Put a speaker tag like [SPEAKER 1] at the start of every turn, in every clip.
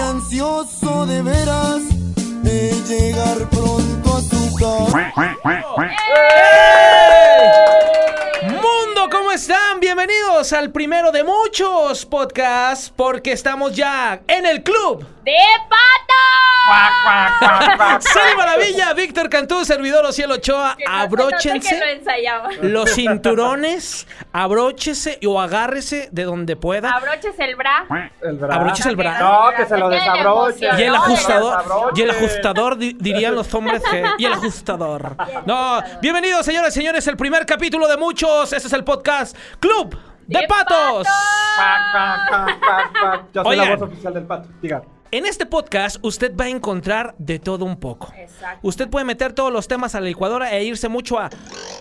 [SPEAKER 1] ansioso de veras de llegar pronto a su casa.
[SPEAKER 2] Mundo, ¿cómo están? Bienvenidos al primero de muchos podcasts porque estamos ya en el club.
[SPEAKER 3] ¡De pato!
[SPEAKER 2] Sally Maravilla, Víctor Cantú, servidor Ociel Ochoa,
[SPEAKER 3] Que no se note Que lo
[SPEAKER 2] abróchense
[SPEAKER 3] ensayaba.
[SPEAKER 2] los cinturones, abróchese o agárrese de donde pueda.
[SPEAKER 3] Abroches el bra.
[SPEAKER 4] El bra.
[SPEAKER 2] Abróchese el brazo.
[SPEAKER 4] No, que se lo desabroche.
[SPEAKER 2] Y el
[SPEAKER 3] No,
[SPEAKER 2] ajustador,
[SPEAKER 4] desabroche.
[SPEAKER 2] y el ajustador di- dirían los hombres que, y el ajustador. No, bienvenidos señores, señores, el primer capítulo de muchos, este es el podcast Club de, Patos.
[SPEAKER 4] Pa, pa, pa, pa, pa. Yo soy la
[SPEAKER 2] Oigan.
[SPEAKER 4] voz oficial del pato. Diga.
[SPEAKER 2] En este podcast usted va a encontrar de todo un poco.
[SPEAKER 3] Exacto.
[SPEAKER 2] Usted puede meter todos los temas a la licuadora e irse mucho a,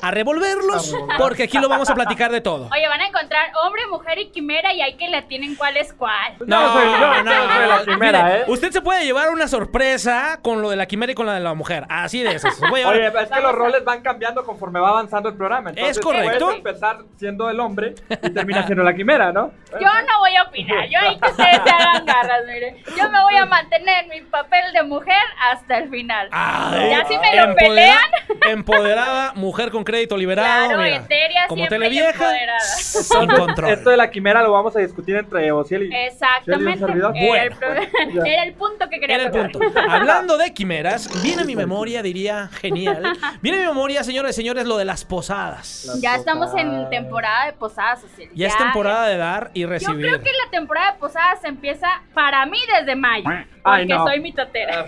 [SPEAKER 2] a revolverlos,
[SPEAKER 4] A revolver.
[SPEAKER 2] porque aquí lo vamos a platicar de todo.
[SPEAKER 3] Oye, van a encontrar hombre, mujer y quimera y hay que le tienen cuál es cuál.
[SPEAKER 4] Yo soy- pues, yo soy la primera,
[SPEAKER 2] Mire,
[SPEAKER 4] ¿eh?
[SPEAKER 2] Usted se puede llevar una sorpresa con lo de la quimera y con la de la mujer. Así de esas. Se puede llevar-
[SPEAKER 4] Oye, es que los roles van cambiando conforme va avanzando el programa. Entonces,
[SPEAKER 2] Es correcto.
[SPEAKER 4] Puedes empezar siendo el hombre y terminas siendo la quimera, ¿no?
[SPEAKER 3] Yo no voy a opinar, yo ahí que ustedes se hagan garras, mire. Yo me voy a mantener en mi papel de mujer hasta el final.
[SPEAKER 2] Ah. Ay,
[SPEAKER 3] ya si me lo
[SPEAKER 2] empodera-
[SPEAKER 3] pelean,
[SPEAKER 2] Empoderada, mujer con crédito liberado.
[SPEAKER 3] Claro,
[SPEAKER 2] mira,
[SPEAKER 3] etérea
[SPEAKER 2] como
[SPEAKER 3] siempre y
[SPEAKER 2] televieja.
[SPEAKER 3] empoderada.
[SPEAKER 2] Sin control.
[SPEAKER 4] Esto de la quimera lo vamos a discutir entre Ociel y.
[SPEAKER 3] exactamente.
[SPEAKER 4] Shelly, ¿un servidor?
[SPEAKER 3] Era,
[SPEAKER 2] Bueno,
[SPEAKER 3] el pro-
[SPEAKER 4] bueno, ya.
[SPEAKER 3] era el punto que quería
[SPEAKER 2] Era el
[SPEAKER 3] tocar.
[SPEAKER 2] punto. Hablando de quimeras, viene a mi memoria, diría, genial. Viene a mi memoria, señores, señores, lo de las posadas.
[SPEAKER 4] Las
[SPEAKER 3] Ya estamos en
[SPEAKER 4] posadas.
[SPEAKER 3] temporada de posadas, Ociel.
[SPEAKER 2] Ya es temporada de dar y
[SPEAKER 3] Yo
[SPEAKER 2] recibir.
[SPEAKER 3] creo que la temporada de posadas empieza para mí desde mayo. Porque
[SPEAKER 4] Ay, no. Ah,
[SPEAKER 3] soy mitatera.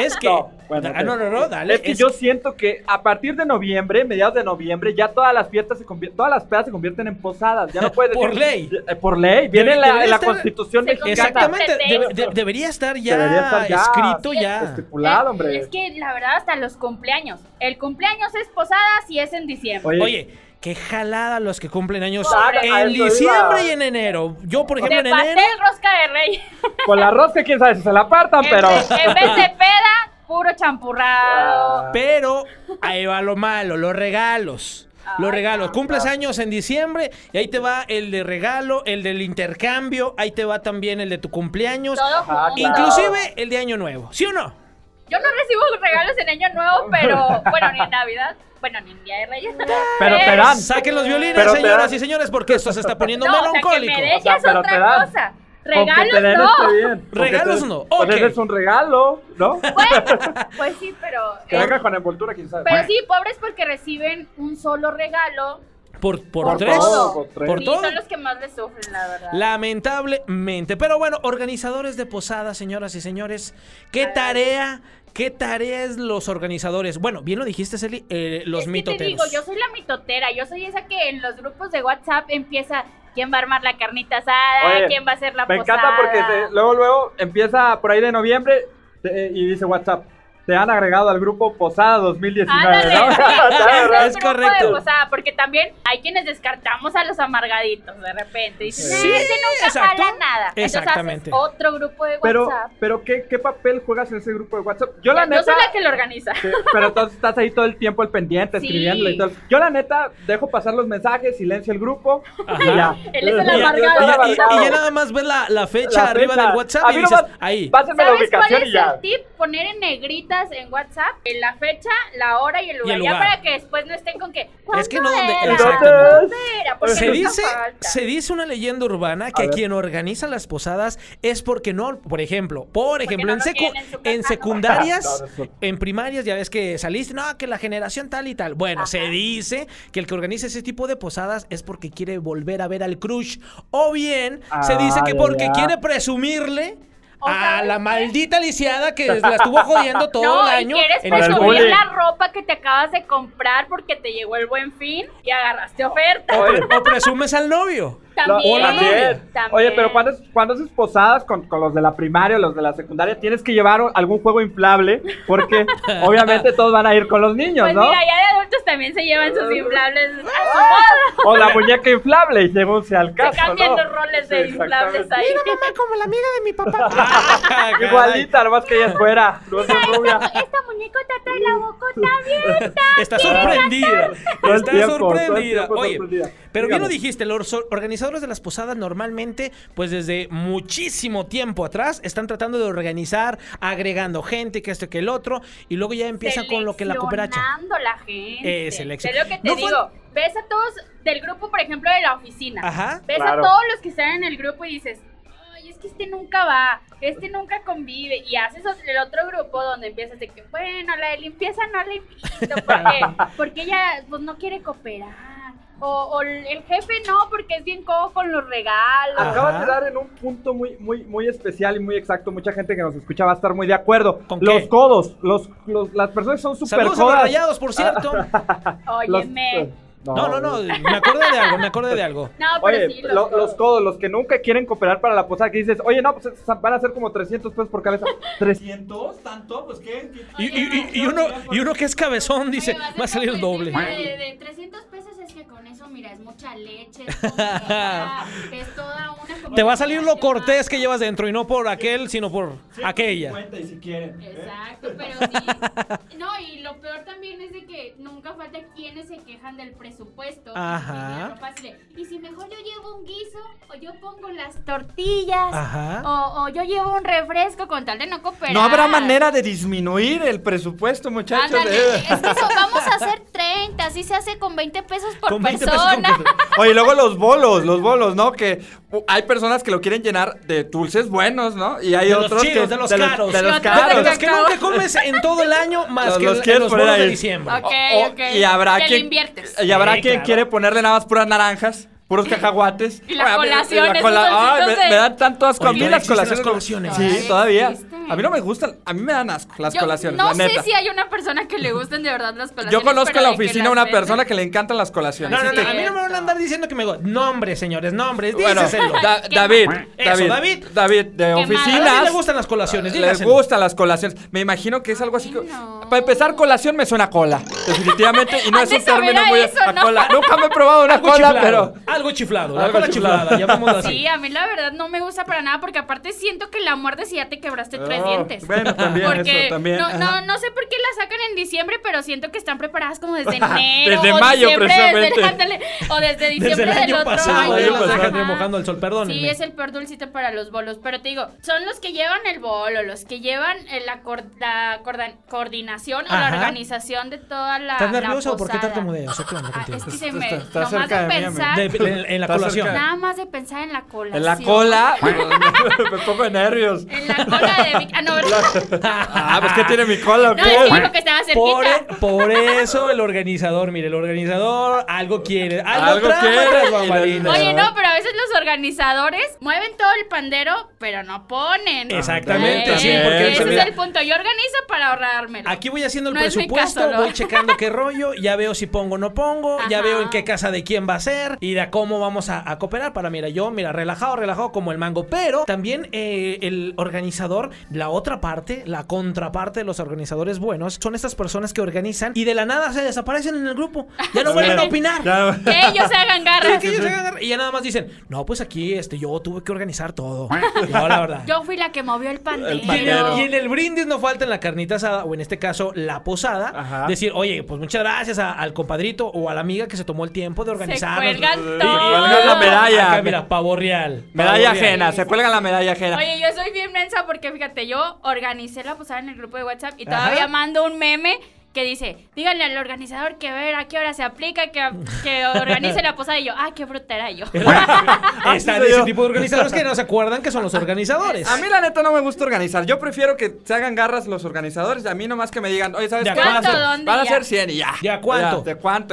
[SPEAKER 2] Es que.
[SPEAKER 4] No, bueno,
[SPEAKER 2] Ah, no, no, no, dale.
[SPEAKER 4] Es que
[SPEAKER 2] es-
[SPEAKER 4] yo siento que a partir de noviembre, mediados de noviembre, ya todas las fiestas se convierten, todas las pedas se convierten en posadas. Ya no puedes
[SPEAKER 2] Por
[SPEAKER 4] decir-
[SPEAKER 2] ley.
[SPEAKER 4] Eh, por ley. Viene en la,
[SPEAKER 2] Debería
[SPEAKER 4] en la
[SPEAKER 2] estar-
[SPEAKER 4] constitución
[SPEAKER 3] se
[SPEAKER 4] mexicana.
[SPEAKER 2] Exactamente.
[SPEAKER 3] Perfecto.
[SPEAKER 2] debe- de- debería estar ya
[SPEAKER 4] Debería estar ya.
[SPEAKER 2] escrito ya.
[SPEAKER 4] Estipulado, hombre.
[SPEAKER 3] Es que la verdad hasta los cumpleaños. El cumpleaños es posadas y es en diciembre.
[SPEAKER 4] Oye,
[SPEAKER 2] Oye, qué jalada los que cumplen años
[SPEAKER 4] Pobre. A
[SPEAKER 2] en
[SPEAKER 4] eso iba.
[SPEAKER 2] diciembre y en enero. Yo, por ejemplo,
[SPEAKER 3] de
[SPEAKER 2] en enero.
[SPEAKER 3] pastel rosca de rey.
[SPEAKER 4] con la rosca, quién sabe si se la apartan,
[SPEAKER 3] En
[SPEAKER 4] Ah, pero.
[SPEAKER 3] vez- en, vez de peda, puro champurrado.
[SPEAKER 4] Ah,
[SPEAKER 2] Pero ahí va lo malo, los regalos. Los regalos. Cumples años en diciembre y ahí te va el de regalo, el del intercambio, ahí te va también el de tu cumpleaños,
[SPEAKER 3] Todo
[SPEAKER 4] Ah,
[SPEAKER 3] junto.
[SPEAKER 4] claro.
[SPEAKER 2] inclusive el de año nuevo. ¿Sí o no?
[SPEAKER 3] Yo no recibo regalos en Año Nuevo, pero bueno, ni en Navidad, bueno, ni en Día de Reyes.
[SPEAKER 4] Pero te dan.
[SPEAKER 2] Saquen los violines,
[SPEAKER 4] Pero te
[SPEAKER 2] señoras
[SPEAKER 4] dan-
[SPEAKER 2] y señores, porque esto se está poniendo
[SPEAKER 3] No, o sea, que
[SPEAKER 2] melancólico.
[SPEAKER 3] me des
[SPEAKER 4] O sea,
[SPEAKER 3] ya es
[SPEAKER 4] pero te
[SPEAKER 3] otra
[SPEAKER 4] dan.
[SPEAKER 3] cosa.
[SPEAKER 4] con que te den
[SPEAKER 3] Regalos no.
[SPEAKER 4] está bien, con que
[SPEAKER 2] Regalos
[SPEAKER 4] te-
[SPEAKER 2] no,
[SPEAKER 4] Pues
[SPEAKER 2] ok.
[SPEAKER 4] ese es un regalo, ¿no?
[SPEAKER 3] Bueno, pues sí, pero.
[SPEAKER 4] que
[SPEAKER 3] eh, pues,
[SPEAKER 4] venga con envoltura, quién sabe.
[SPEAKER 3] pero sí, pobres porque reciben un solo regalo.
[SPEAKER 2] Por, por,
[SPEAKER 4] Por
[SPEAKER 2] tres.
[SPEAKER 4] todo, por tres.
[SPEAKER 2] por
[SPEAKER 3] y
[SPEAKER 2] todo.
[SPEAKER 3] son los que más le sufren, la verdad.
[SPEAKER 2] Lamentablemente. Pero bueno, organizadores de posadas, señoras y señores, ¿qué tarea? ¿Qué tarea es los organizadores? Bueno, bien lo dijiste, Celi, eh, los
[SPEAKER 3] es que te digo,
[SPEAKER 2] mitoteros.
[SPEAKER 3] yo soy la mitotera, yo soy esa que en los grupos de WhatsApp empieza quién va a armar la carnita asada,
[SPEAKER 4] Oye,
[SPEAKER 3] quién va a hacer la
[SPEAKER 4] Me
[SPEAKER 3] posada.
[SPEAKER 4] encanta porque se- luego, luego empieza por ahí de noviembre te- eh, y dice WhatsApp. Te han agregado al grupo Posada 2019,
[SPEAKER 3] Ándale,
[SPEAKER 4] ¿no?
[SPEAKER 3] sí,
[SPEAKER 2] verdad, es
[SPEAKER 3] ese es grupo
[SPEAKER 2] correcto.
[SPEAKER 3] de posada, porque también hay quienes descartamos a los amargaditos de repente. Dicen,
[SPEAKER 2] Sí,
[SPEAKER 3] "Ah, ese nunca
[SPEAKER 2] exacto.
[SPEAKER 3] jala nada.
[SPEAKER 2] Exactamente.
[SPEAKER 3] Entonces haces otro grupo de
[SPEAKER 4] Pero,
[SPEAKER 3] WhatsApp.
[SPEAKER 4] pero ¿qué, ¿qué papel juegas en ese grupo de WhatsApp? Yo la
[SPEAKER 3] yo
[SPEAKER 4] neta...
[SPEAKER 3] soy la que lo organiza.
[SPEAKER 4] Sí, pero entonces estás ahí todo el tiempo al pendiente,
[SPEAKER 3] Sí.
[SPEAKER 4] escribiéndole y todo. Yo la neta dejo pasar los mensajes, silencio el grupo y ya.
[SPEAKER 3] Él es el
[SPEAKER 2] Y ya,
[SPEAKER 3] amargado.
[SPEAKER 2] y ya- y-
[SPEAKER 4] Yo soy el
[SPEAKER 2] y ya
[SPEAKER 4] amargado.
[SPEAKER 2] nada más ves la, la fecha
[SPEAKER 4] La
[SPEAKER 2] arriba
[SPEAKER 4] fecha.
[SPEAKER 2] del WhatsApp
[SPEAKER 4] A
[SPEAKER 2] y
[SPEAKER 4] mí
[SPEAKER 2] dices,
[SPEAKER 4] nomás,
[SPEAKER 2] ahí.
[SPEAKER 4] Pásenme la
[SPEAKER 3] ¿Sabes cuál
[SPEAKER 4] ubicación
[SPEAKER 3] es
[SPEAKER 4] y ya.
[SPEAKER 3] el tip? Poner en negritas en WhatsApp en la fecha, la hora y el lugar.
[SPEAKER 2] lugar.
[SPEAKER 3] Ya para que después no estén con que.
[SPEAKER 2] Es que no,
[SPEAKER 3] ¿cuándo
[SPEAKER 2] donde-
[SPEAKER 3] era?
[SPEAKER 2] exactamente.
[SPEAKER 3] ¿Cuándo era? Porque
[SPEAKER 2] Se
[SPEAKER 3] nunca
[SPEAKER 2] dice,
[SPEAKER 3] falta.
[SPEAKER 2] se dice una leyenda urbana que
[SPEAKER 4] A ver.
[SPEAKER 2] quien organiza las posadas es porque no, por ejemplo, por ejemplo,
[SPEAKER 3] no
[SPEAKER 2] en,
[SPEAKER 3] lo
[SPEAKER 2] secu-
[SPEAKER 3] tienen en su casa,
[SPEAKER 2] en
[SPEAKER 3] ¿no?
[SPEAKER 2] secundarias,
[SPEAKER 4] No, no, no.
[SPEAKER 2] en primarias, ya ves que saliste, no, que la generación tal y tal. Bueno, se dice que el que organiza ese tipo de posadas es porque quiere volver a ver al crush. O bien se dice que
[SPEAKER 4] Ay,
[SPEAKER 2] porque
[SPEAKER 4] Ah, ya.
[SPEAKER 2] quiere presumirle
[SPEAKER 3] O
[SPEAKER 2] a
[SPEAKER 3] sabes
[SPEAKER 2] la
[SPEAKER 3] qué?
[SPEAKER 2] maldita lisiada que la estuvo jodiendo todo
[SPEAKER 3] no,
[SPEAKER 2] el año.
[SPEAKER 3] y quieres
[SPEAKER 2] en la
[SPEAKER 4] Por el
[SPEAKER 3] presumir
[SPEAKER 4] bullying.
[SPEAKER 3] la ropa que te acabas de comprar porque te llegó el buen fin y agarraste oferta.
[SPEAKER 2] escuela. o pre- o presumes al novio.
[SPEAKER 4] Lo-
[SPEAKER 3] También,
[SPEAKER 4] también.
[SPEAKER 3] también.
[SPEAKER 4] Oye, pero cuando, es- cuando haces posadas con, con los de la primaria o los de la secundaria, tienes que llevar o- algún juego inflable, porque obviamente todos van a ir con los niños,
[SPEAKER 3] Pues
[SPEAKER 4] ¿no? Ah.
[SPEAKER 3] mira, ya de adultos también se llevan sus inflables a su modo.
[SPEAKER 4] O la muñeca inflable, según sea el caso.
[SPEAKER 3] Se cambian
[SPEAKER 4] ¿no?
[SPEAKER 3] los roles de
[SPEAKER 4] Sí,
[SPEAKER 3] inflables ahí.
[SPEAKER 2] como la amiga de mi papá.
[SPEAKER 4] exactamente. Igualita, nomás que ella es fuera, no es rubia.
[SPEAKER 3] Esta muñecota trae la bocota abierta.
[SPEAKER 2] Está sorprendida.
[SPEAKER 4] Todo el
[SPEAKER 2] Está
[SPEAKER 4] tiempo, todo el
[SPEAKER 2] sorprendida.
[SPEAKER 4] tiempo
[SPEAKER 2] Oye,
[SPEAKER 4] sorprendida.
[SPEAKER 2] Pero bien lo
[SPEAKER 5] Digamos.
[SPEAKER 2] dijiste, los organizadores de las posadas normalmente, pues desde muchísimo tiempo atrás, están tratando de organizar, agregando gente, que esto, que el otro, y luego ya empieza con lo que la cooperacha.
[SPEAKER 6] Seleccionando la gente.
[SPEAKER 2] Eh, selección.
[SPEAKER 6] Es lo que te
[SPEAKER 2] No fue-
[SPEAKER 6] digo. Ves a todos del grupo, por ejemplo, de la oficina.
[SPEAKER 2] Ajá.
[SPEAKER 6] Ves
[SPEAKER 5] Claro.
[SPEAKER 6] a todos los que están en el grupo y dices, ay, es que este nunca va, este nunca convive. Y haces ot- el otro grupo donde empiezas de que, bueno, la de limpieza no la invito porque, porque ella pues, no quiere cooperar. O, o el el jefe no, porque es bien cojo con los regalos.
[SPEAKER 2] Ajá.
[SPEAKER 5] Acabas de dar en un punto muy, muy, muy especial y muy exacto. Mucha gente que nos escucha va a estar muy de acuerdo.
[SPEAKER 2] ¿Con qué?
[SPEAKER 5] los codos, los, los- las personas que son super
[SPEAKER 2] Saludos a los
[SPEAKER 5] codas.
[SPEAKER 2] rayados, por cierto.
[SPEAKER 5] Los-
[SPEAKER 6] Óyeme.
[SPEAKER 2] No, no, no, me acuerdo de algo, me acuerdo de algo.
[SPEAKER 6] No, pero
[SPEAKER 5] Oye,
[SPEAKER 6] sí,
[SPEAKER 5] lo- los,
[SPEAKER 6] codos.
[SPEAKER 5] codos, los que nunca quieren cooperar para la posada, que dices, oye, no, pues es- van a ser como 300 pesos por cabeza. 300.
[SPEAKER 1] ¿Cientos? ¿Tanto? Pues qué. ¿Qué-
[SPEAKER 2] Y, y- y- y uno, y uno que es cabezón dice,
[SPEAKER 3] Oye, vas
[SPEAKER 2] va a salir el doble.
[SPEAKER 3] De, de 300 pesos es que con eso, mira, es mucha leche, es, comida, es toda una
[SPEAKER 2] Te va a salir lo
[SPEAKER 3] combinación.
[SPEAKER 2] cortés que llevas dentro y no por aquel, sino por aquella.
[SPEAKER 1] 150 y si quieren. ¿eh?
[SPEAKER 3] Exacto, pero sí. No, y lo peor también es de que nunca falta quienes se quejan del presupuesto.
[SPEAKER 2] Ajá.
[SPEAKER 3] Y, de la ropa, así de, "Y si mejor yo llevo un guiso, o yo pongo las tortillas,
[SPEAKER 2] Ajá.
[SPEAKER 3] o, o yo llevo un refresco con tal de no cooperar.
[SPEAKER 4] No habrá manera de disminuir el presupuesto, muchachos.
[SPEAKER 3] Ándale,
[SPEAKER 4] Eh.
[SPEAKER 3] es que eso, vamos a hacer 30, así se hace con 20 pesos por
[SPEAKER 2] Con 20 pesos
[SPEAKER 3] persona.
[SPEAKER 2] con-
[SPEAKER 4] Oye, y luego los bolos, los bolos, ¿no? Que uh, hay personas que lo quieren llenar de dulces buenos, ¿no? Y hay
[SPEAKER 2] De los
[SPEAKER 4] otros
[SPEAKER 2] chidos,
[SPEAKER 4] que,
[SPEAKER 2] de los
[SPEAKER 4] de
[SPEAKER 2] caros.
[SPEAKER 4] de los
[SPEAKER 3] No, no,
[SPEAKER 4] caros.
[SPEAKER 2] De los que nunca comes en todo el año más
[SPEAKER 4] Los-
[SPEAKER 2] que
[SPEAKER 4] los
[SPEAKER 2] en- en
[SPEAKER 4] quieres
[SPEAKER 2] los
[SPEAKER 4] poner
[SPEAKER 2] bonos de
[SPEAKER 4] ahí.
[SPEAKER 2] diciembre.
[SPEAKER 3] Ok,
[SPEAKER 4] O- o-
[SPEAKER 3] ok.
[SPEAKER 4] Y habrá
[SPEAKER 3] Te
[SPEAKER 4] quien,
[SPEAKER 3] le inviertes.
[SPEAKER 4] Y habrá
[SPEAKER 2] Sí,
[SPEAKER 4] quien
[SPEAKER 2] claro.
[SPEAKER 4] quiere ponerle nada más puras naranjas, puros cacahuates.
[SPEAKER 3] Y las
[SPEAKER 4] Oye, a mí-
[SPEAKER 3] colaciones,
[SPEAKER 4] la cola-
[SPEAKER 3] esos
[SPEAKER 4] ay, me,
[SPEAKER 3] dulcitos de-
[SPEAKER 4] me dan tanto asco. A
[SPEAKER 2] Oye,
[SPEAKER 4] mí las
[SPEAKER 2] existen las
[SPEAKER 4] colaciones.
[SPEAKER 2] colaciones.
[SPEAKER 4] Sí,
[SPEAKER 3] Ay,
[SPEAKER 4] todavía.
[SPEAKER 3] existen.
[SPEAKER 4] A mí no me gustan, a mí me dan asco las
[SPEAKER 3] Yo
[SPEAKER 4] colaciones,
[SPEAKER 3] no
[SPEAKER 4] la
[SPEAKER 3] sé
[SPEAKER 4] neta.
[SPEAKER 3] si hay una persona que le gusten de verdad las colaciones.
[SPEAKER 4] Yo conozco
[SPEAKER 3] pero
[SPEAKER 4] en la
[SPEAKER 3] de que
[SPEAKER 4] oficina
[SPEAKER 3] las
[SPEAKER 4] una
[SPEAKER 3] venden.
[SPEAKER 4] persona que le encantan las
[SPEAKER 2] No,
[SPEAKER 4] colaciones.
[SPEAKER 2] no,
[SPEAKER 4] Sí,
[SPEAKER 2] no, a mí no me van a andar diciendo que me go... Nombres, señores, nombres,
[SPEAKER 4] Bueno,
[SPEAKER 2] díceselo.
[SPEAKER 4] Da- David,
[SPEAKER 2] Eso,
[SPEAKER 4] David,
[SPEAKER 2] David.
[SPEAKER 4] David, de
[SPEAKER 2] A
[SPEAKER 4] oficinas.
[SPEAKER 2] nadie le gustan las colaciones,
[SPEAKER 4] Les
[SPEAKER 2] dígaselo.
[SPEAKER 4] gustan las colaciones. Me imagino que es algo así.
[SPEAKER 3] Ay,
[SPEAKER 4] que-
[SPEAKER 3] no.
[SPEAKER 4] Para empezar, colación me suena a cola. Definitivamente. Y no es
[SPEAKER 3] Antes
[SPEAKER 4] un término
[SPEAKER 3] saber a
[SPEAKER 4] muy.
[SPEAKER 3] eso,
[SPEAKER 4] a
[SPEAKER 3] ¿no?
[SPEAKER 4] cola. Nunca me he probado una
[SPEAKER 2] Algo
[SPEAKER 4] cola,
[SPEAKER 2] chiflado,
[SPEAKER 4] pero.
[SPEAKER 2] algo chiflado, la
[SPEAKER 4] Algo
[SPEAKER 2] cola
[SPEAKER 4] chiflado.
[SPEAKER 2] chiflada, llamémoslo así.
[SPEAKER 3] Sí, a mí la verdad no me gusta para nada porque aparte siento que la muerte si ya te quebraste tres
[SPEAKER 4] Oh,
[SPEAKER 3] dientes.
[SPEAKER 4] Bueno, también
[SPEAKER 3] Porque
[SPEAKER 4] eso, también.
[SPEAKER 3] no,
[SPEAKER 4] ajá.
[SPEAKER 3] no, no sé por qué la sacan en diciembre, pero siento que están preparadas como desde enero.
[SPEAKER 4] Desde
[SPEAKER 3] o
[SPEAKER 4] mayo,
[SPEAKER 3] diciembre, desde-
[SPEAKER 4] precisamente.
[SPEAKER 3] ándale, o desde diciembre
[SPEAKER 2] Desde el
[SPEAKER 3] del
[SPEAKER 2] año
[SPEAKER 3] otro
[SPEAKER 2] pasado,
[SPEAKER 4] año,
[SPEAKER 2] ya las
[SPEAKER 4] ajá.
[SPEAKER 2] dejan ir mojando al sol, perdónenme.
[SPEAKER 3] Sí, es el peor dulcito para los bolos, pero te digo, son los que llevan el bolo, los que llevan eh, la, cor- la corda- coordinación o
[SPEAKER 2] Ajá.
[SPEAKER 3] la organización de toda la
[SPEAKER 2] ¿Estás
[SPEAKER 3] la
[SPEAKER 2] nerviosa o por qué
[SPEAKER 3] posada.
[SPEAKER 2] tartamudeas? ¿O qué onda
[SPEAKER 3] Ah,
[SPEAKER 2] contigo?
[SPEAKER 3] es que se me,
[SPEAKER 4] Está- está
[SPEAKER 3] nomás
[SPEAKER 4] cerca de
[SPEAKER 3] de
[SPEAKER 4] mí,
[SPEAKER 3] pensar,
[SPEAKER 2] De- en, en la
[SPEAKER 4] Está
[SPEAKER 2] colación.
[SPEAKER 4] cerca.
[SPEAKER 3] nada más de pensar en la cola.
[SPEAKER 4] En la cola. me pongo nervios.
[SPEAKER 3] En la cola de Vic. Ah, no, ¿verdad?
[SPEAKER 4] Ah, pues ¿qué tiene mi cola? o
[SPEAKER 3] No,
[SPEAKER 4] qué?
[SPEAKER 3] es que dijo que estaba
[SPEAKER 2] Por, e,
[SPEAKER 3] cerquita.
[SPEAKER 2] por eso el organizador, mire, el organizador algo quiere, algo,
[SPEAKER 4] Ah, Algo
[SPEAKER 2] trama
[SPEAKER 4] quiere,
[SPEAKER 2] tras
[SPEAKER 4] y la-
[SPEAKER 2] bambalinas.
[SPEAKER 3] Oye, no, pero a veces los organizadores mueven todo el pandero, pero no ponen.
[SPEAKER 2] Exactamente,
[SPEAKER 3] Eh,
[SPEAKER 4] sí, porque
[SPEAKER 3] Ese es
[SPEAKER 4] mira.
[SPEAKER 3] el punto. Yo organizo para ahorrármelo.
[SPEAKER 2] Aquí voy haciendo el
[SPEAKER 3] No es mi
[SPEAKER 2] presupuesto,
[SPEAKER 3] caso, ¿no?
[SPEAKER 2] voy checando qué rollo, ya veo si pongo o no pongo, ya
[SPEAKER 3] Ajá.
[SPEAKER 2] veo en qué casa de quién va a ser y de a cómo vamos a, a cooperar. Para, mira, yo, mira, relajado, relajado como el mango, pero también eh, el organizador, la otra parte, la contraparte de los organizadores buenos, son estas personas que organizan y de la nada se desaparecen en el grupo. Ya no vuelven a opinar.
[SPEAKER 4] Ya-
[SPEAKER 3] Que ellos se hagan
[SPEAKER 2] Sí,
[SPEAKER 3] garras.
[SPEAKER 2] que ellos agarran y ya nada más dicen, no, pues aquí este, yo tuve que organizar todo. No, la verdad.
[SPEAKER 3] Yo fui la que movió el pandero.
[SPEAKER 4] El
[SPEAKER 2] Y en,
[SPEAKER 4] pandero.
[SPEAKER 2] el, y en el brindis no falta en la carnita asada, o en este caso la posada,
[SPEAKER 4] Ajá.
[SPEAKER 2] decir, oye, pues muchas gracias a- al compadrito o a la amiga que se tomó el tiempo de organizar.
[SPEAKER 3] cuelgan
[SPEAKER 2] Y- y-
[SPEAKER 3] todo.
[SPEAKER 2] y-
[SPEAKER 4] Cuelgan la medalla.
[SPEAKER 2] Acá, mira, pavo real. pavo
[SPEAKER 4] Medalla
[SPEAKER 2] real.
[SPEAKER 4] ajena, se cuelga la medalla ajena.
[SPEAKER 3] Oye, yo soy bien mensa porque fíjate, yo organicé la posada en el grupo de WhatsApp y
[SPEAKER 2] Ajá.
[SPEAKER 3] todavía mando un meme que dice, díganle al organizador que ver a qué hora se aplica, que, que organice la posada. Y yo, ah, qué frutera yo.
[SPEAKER 2] Están
[SPEAKER 4] soy
[SPEAKER 2] ese
[SPEAKER 4] yo.
[SPEAKER 2] tipo de organizadores que no se acuerdan que son los organizadores.
[SPEAKER 4] A mí la neta no me gusta organizar. Yo prefiero que se hagan garras los organizadores. A mí nomás que me digan, oye, ¿sabes
[SPEAKER 2] ¿De
[SPEAKER 4] qué?
[SPEAKER 2] cuánto,
[SPEAKER 4] Van a ser-
[SPEAKER 3] dónde,
[SPEAKER 4] Van a
[SPEAKER 3] ya?
[SPEAKER 4] ser 100 y ya.
[SPEAKER 2] ¿De a cuánto?
[SPEAKER 4] Ya, ¿De cuánto